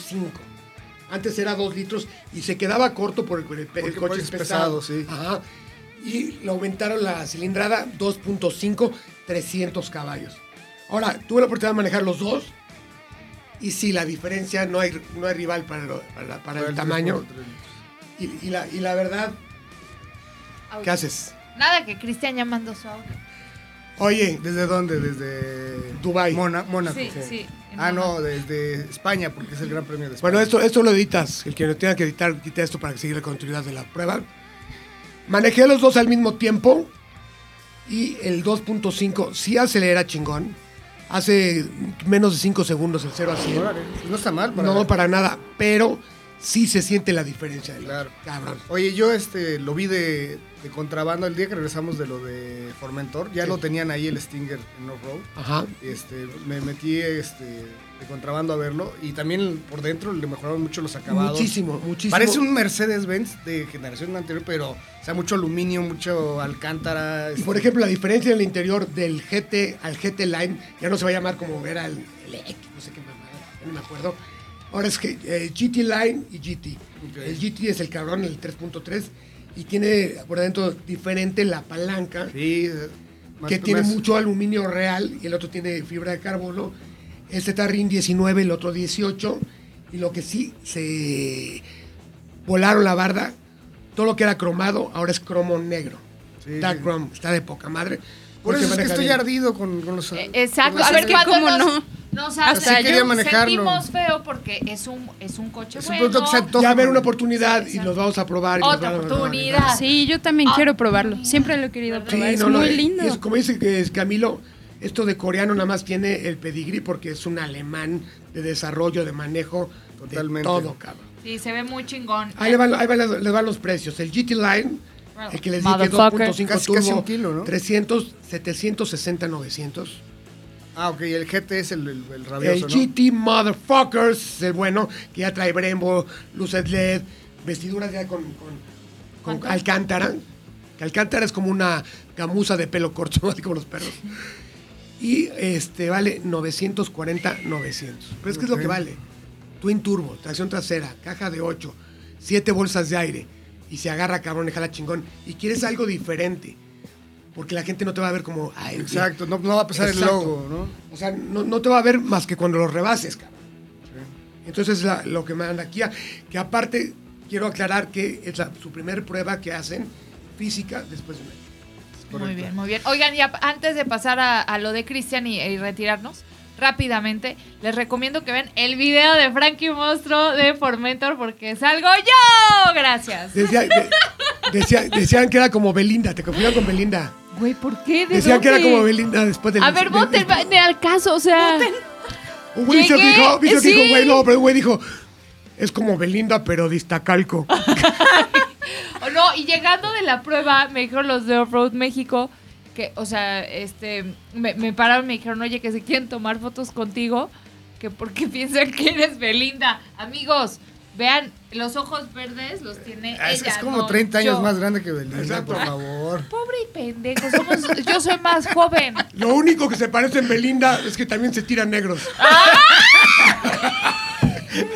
S2: Antes era 2 litros y se quedaba corto por el, el- el
S3: Porque
S2: coche
S3: pues
S2: es
S3: es
S2: pesado.
S3: pesado, sí.
S2: Ajá. Y le aumentaron la cilindrada 2.5, 300 caballos. Ahora, tuve la oportunidad de manejar los dos. Y sí, la diferencia, no hay, no hay rival para, lo- para- para
S3: Para
S2: el tamaño.
S3: 3.3.
S2: Y, y la, y la verdad, ¿qué haces?
S4: Nada que Cristian ya mandó su audio.
S2: Oye,
S3: ¿Desde dónde? Desde
S2: Dubái.
S3: Mona, Mónaco.
S4: Sí, sí, en
S3: Ah,
S4: Mónaco.
S3: no, desde España, porque es el Gran Premio de España.
S2: bueno, esto, esto lo editas. El que lo tenga que editar, quita esto para seguir la continuidad de la prueba. Manejé los dos al mismo tiempo y el 2.5 sí acelera chingón. Hace menos de 5 segundos el 0 a 100.
S3: Órale, No está mal. Para
S2: No, para nada, pero sí se siente la diferencia. del
S3: Claro.
S2: otro, Cabrón.
S3: Oye, yo este lo vi de, de contrabando el día que regresamos de lo de Formentor. Ya
S2: Sí.
S3: lo tenían ahí el Stinger en off-road.
S2: Ajá.
S3: Este, me metí este, de contrabando a verlo. Y también por dentro le mejoraron mucho los acabados.
S2: Muchísimo, muchísimo.
S3: Parece un Mercedes-Benz de generación anterior, pero, o sea, mucho aluminio, mucho alcántara. este,
S2: Por ejemplo, la diferencia en el interior del GT al GT Line ya no se va a llamar como era el, el X, no sé qué mamada, ya no me acuerdo. Ahora es que eh, GT Line y GT.
S3: Ok.
S2: El GT es el cabrón, el 3.3, y tiene por dentro diferente la palanca,
S3: Sí, eh, más-
S2: que tiene
S3: más-
S2: mucho aluminio real y el otro tiene fibra de carbono. Este está RIN 19, el otro 18, y lo que sí se volaron la barda, todo lo que era cromado ahora es cromo negro.
S3: sí,
S2: Está
S3: sí.
S2: Chrome, está de poca madre.
S3: Por eso es que
S2: maneja
S3: estoy
S2: bien.
S3: ardido con, con los.
S4: Eh, Exacto.
S3: con
S2: Pues
S4: A
S3: los-
S4: ver,
S5: que
S4: cuando
S5: cómo
S4: nos,
S5: no.
S4: nos
S3: Así
S4: hacen-
S3: quería manejarlo.
S4: sentimos feo porque es un, es un coche
S3: Es un
S4: bueno.
S3: producto que se antoja.
S2: Ya va a haber una oportunidad y
S4: Exacto.
S2: los vamos a probar. y
S4: Otra
S2: los vamos a probar.
S4: oportunidad.
S5: Ah. Sí, yo también
S6: Ah.
S5: quiero probarlo. Siempre lo he querido
S2: Sí,
S5: probar. es
S2: no, no,
S5: muy
S2: eh,
S5: lindo.
S2: y es como dice que es Camilo, esto de coreano nada más tiene el pedigrí porque es un alemán de desarrollo, de manejo,
S3: Totalmente.
S2: de todo, cabrón.
S4: Sí, se ve muy chingón.
S2: Ahí, le van, ahí van las- les van los precios. El GT Line El que les dije que 2.5
S3: Casi, casi
S2: turbo,
S3: Pues un kilo, ¿no?
S2: 300, 760, 900.
S3: Ah, ok, el GT es el, el, el
S2: El
S3: rabioso, ¿no?
S2: GT Motherfuckers, el bueno, que ya trae Brembo, luces LED, vestiduras ya con, con, con Alcántara. Que Alcántara es como una gamuza de pelo corto, así como los perros. Y este vale 940, 900. Pero es que es lo
S3: Ok.
S2: que vale. Twin turbo, tracción trasera, caja de 8, 7 bolsas de aire. Y se agarra cabrón, y jala chingón. Y quieres algo diferente. Porque la gente no te va a ver como... "Ay,
S3: Exacto, no, no va a pesar
S2: Exacto.
S3: el logo, ¿no?
S2: o sea, no, no te va a ver más que cuando lo rebases, cabrón. Entonces, la- lo que me dan aquí, que aparte quiero aclarar que es la- su primer prueba que hacen física después de un año.
S4: Muy bien, muy bien. Oigan, y a- antes de pasar a, a lo de Cristian y, y retirarnos, rápidamente, les recomiendo que vean el video de Frankie Monstruo de Formentor porque salgo yo. Gracias.
S2: Decía- de- decía- decían que era como Belinda, te confundían con Belinda.
S4: Güey, ¿por qué? ¿De
S2: Decían que era
S4: dónde?
S2: como Belinda después del.
S4: A ver,
S2: del-
S4: voten, va- de al caso, o sea.
S2: Un güey se
S4: Llegué,
S2: fijó, viste que dijo,
S4: sí.
S2: güey, no, pero un güey dijo, es como Belinda, pero distacalco.
S4: O no, y llegando de la prueba, me dijeron los de Offroad México que, o sea, este, me, me pararon y me dijeron, oye, que se quieren tomar fotos contigo, que porque piensan que eres Belinda. Amigos, vean, los ojos verdes los tiene
S3: Ah, Es,
S4: ella.
S3: es como
S4: no
S3: 30 años
S4: yo.
S3: más grande que Belinda,
S2: Exacto.
S3: por favor.
S4: Pobre y pendejo, somos- yo soy más joven.
S2: Lo único que se parece en Belinda es que también se tiran negros.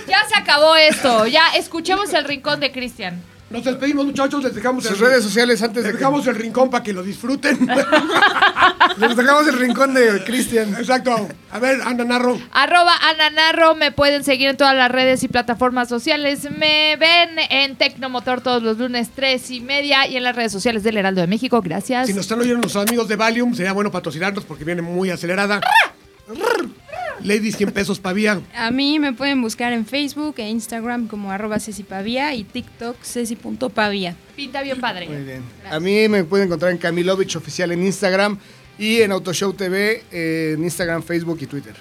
S4: Ya se acabó esto, ya escuchemos el rincón de Cristian.
S2: Nos despedimos, muchachos, les dejamos
S3: Sus
S2: el-
S3: redes sociales antes de
S2: Les
S3: que-
S2: dejamos el rincón para que lo disfruten.
S3: Les dejamos el rincón de Cristian.
S2: Exacto. A ver, anda, narro.
S4: Arroba Ananarro, me pueden seguir en todas las redes y plataformas sociales. Me ven en Tecnomotor todos los lunes, tres y media, y en las redes sociales del Heraldo de México. Gracias.
S2: Si nos están oyendo nuestros amigos de Valium, sería bueno patrocinarnos porque viene muy acelerada. Lady 100 pesos pavía.
S5: A mí me pueden buscar en Facebook e Instagram como arroba cecipavia y TikTok ceci.pavia.
S4: Pinta bien padre.
S3: Muy bien. A mí me pueden encontrar en Camilovich Oficial en Instagram y en Autoshow TV eh, en Instagram, Facebook y Twitter.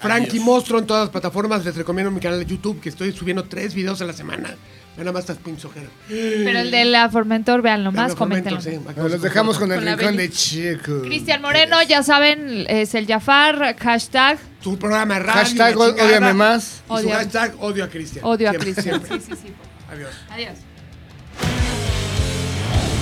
S2: Frankie Monstruo en todas las plataformas. Les recomiendo mi canal de YouTube que estoy subiendo tres videos a la semana. Vean Nada más estas pinzojeras.
S4: Pero el de la Formentor, véanlo más, coméntenlo.
S3: Nos los dejamos con el
S6: Con la
S3: rincón
S6: Beli.
S3: de Chico.
S4: Cristian Moreno, ya saben, es el Jafar, hashtag
S2: Tu programa de radio.
S3: Hashtag
S2: la chingada.
S3: odiame más.
S2: Y su
S4: Odio.
S2: hashtag odio a Cristian.
S4: odio a
S2: Siempre,
S4: Cristian.
S2: siempre.
S4: Sí, sí, sí.
S2: Adiós.
S4: Adiós.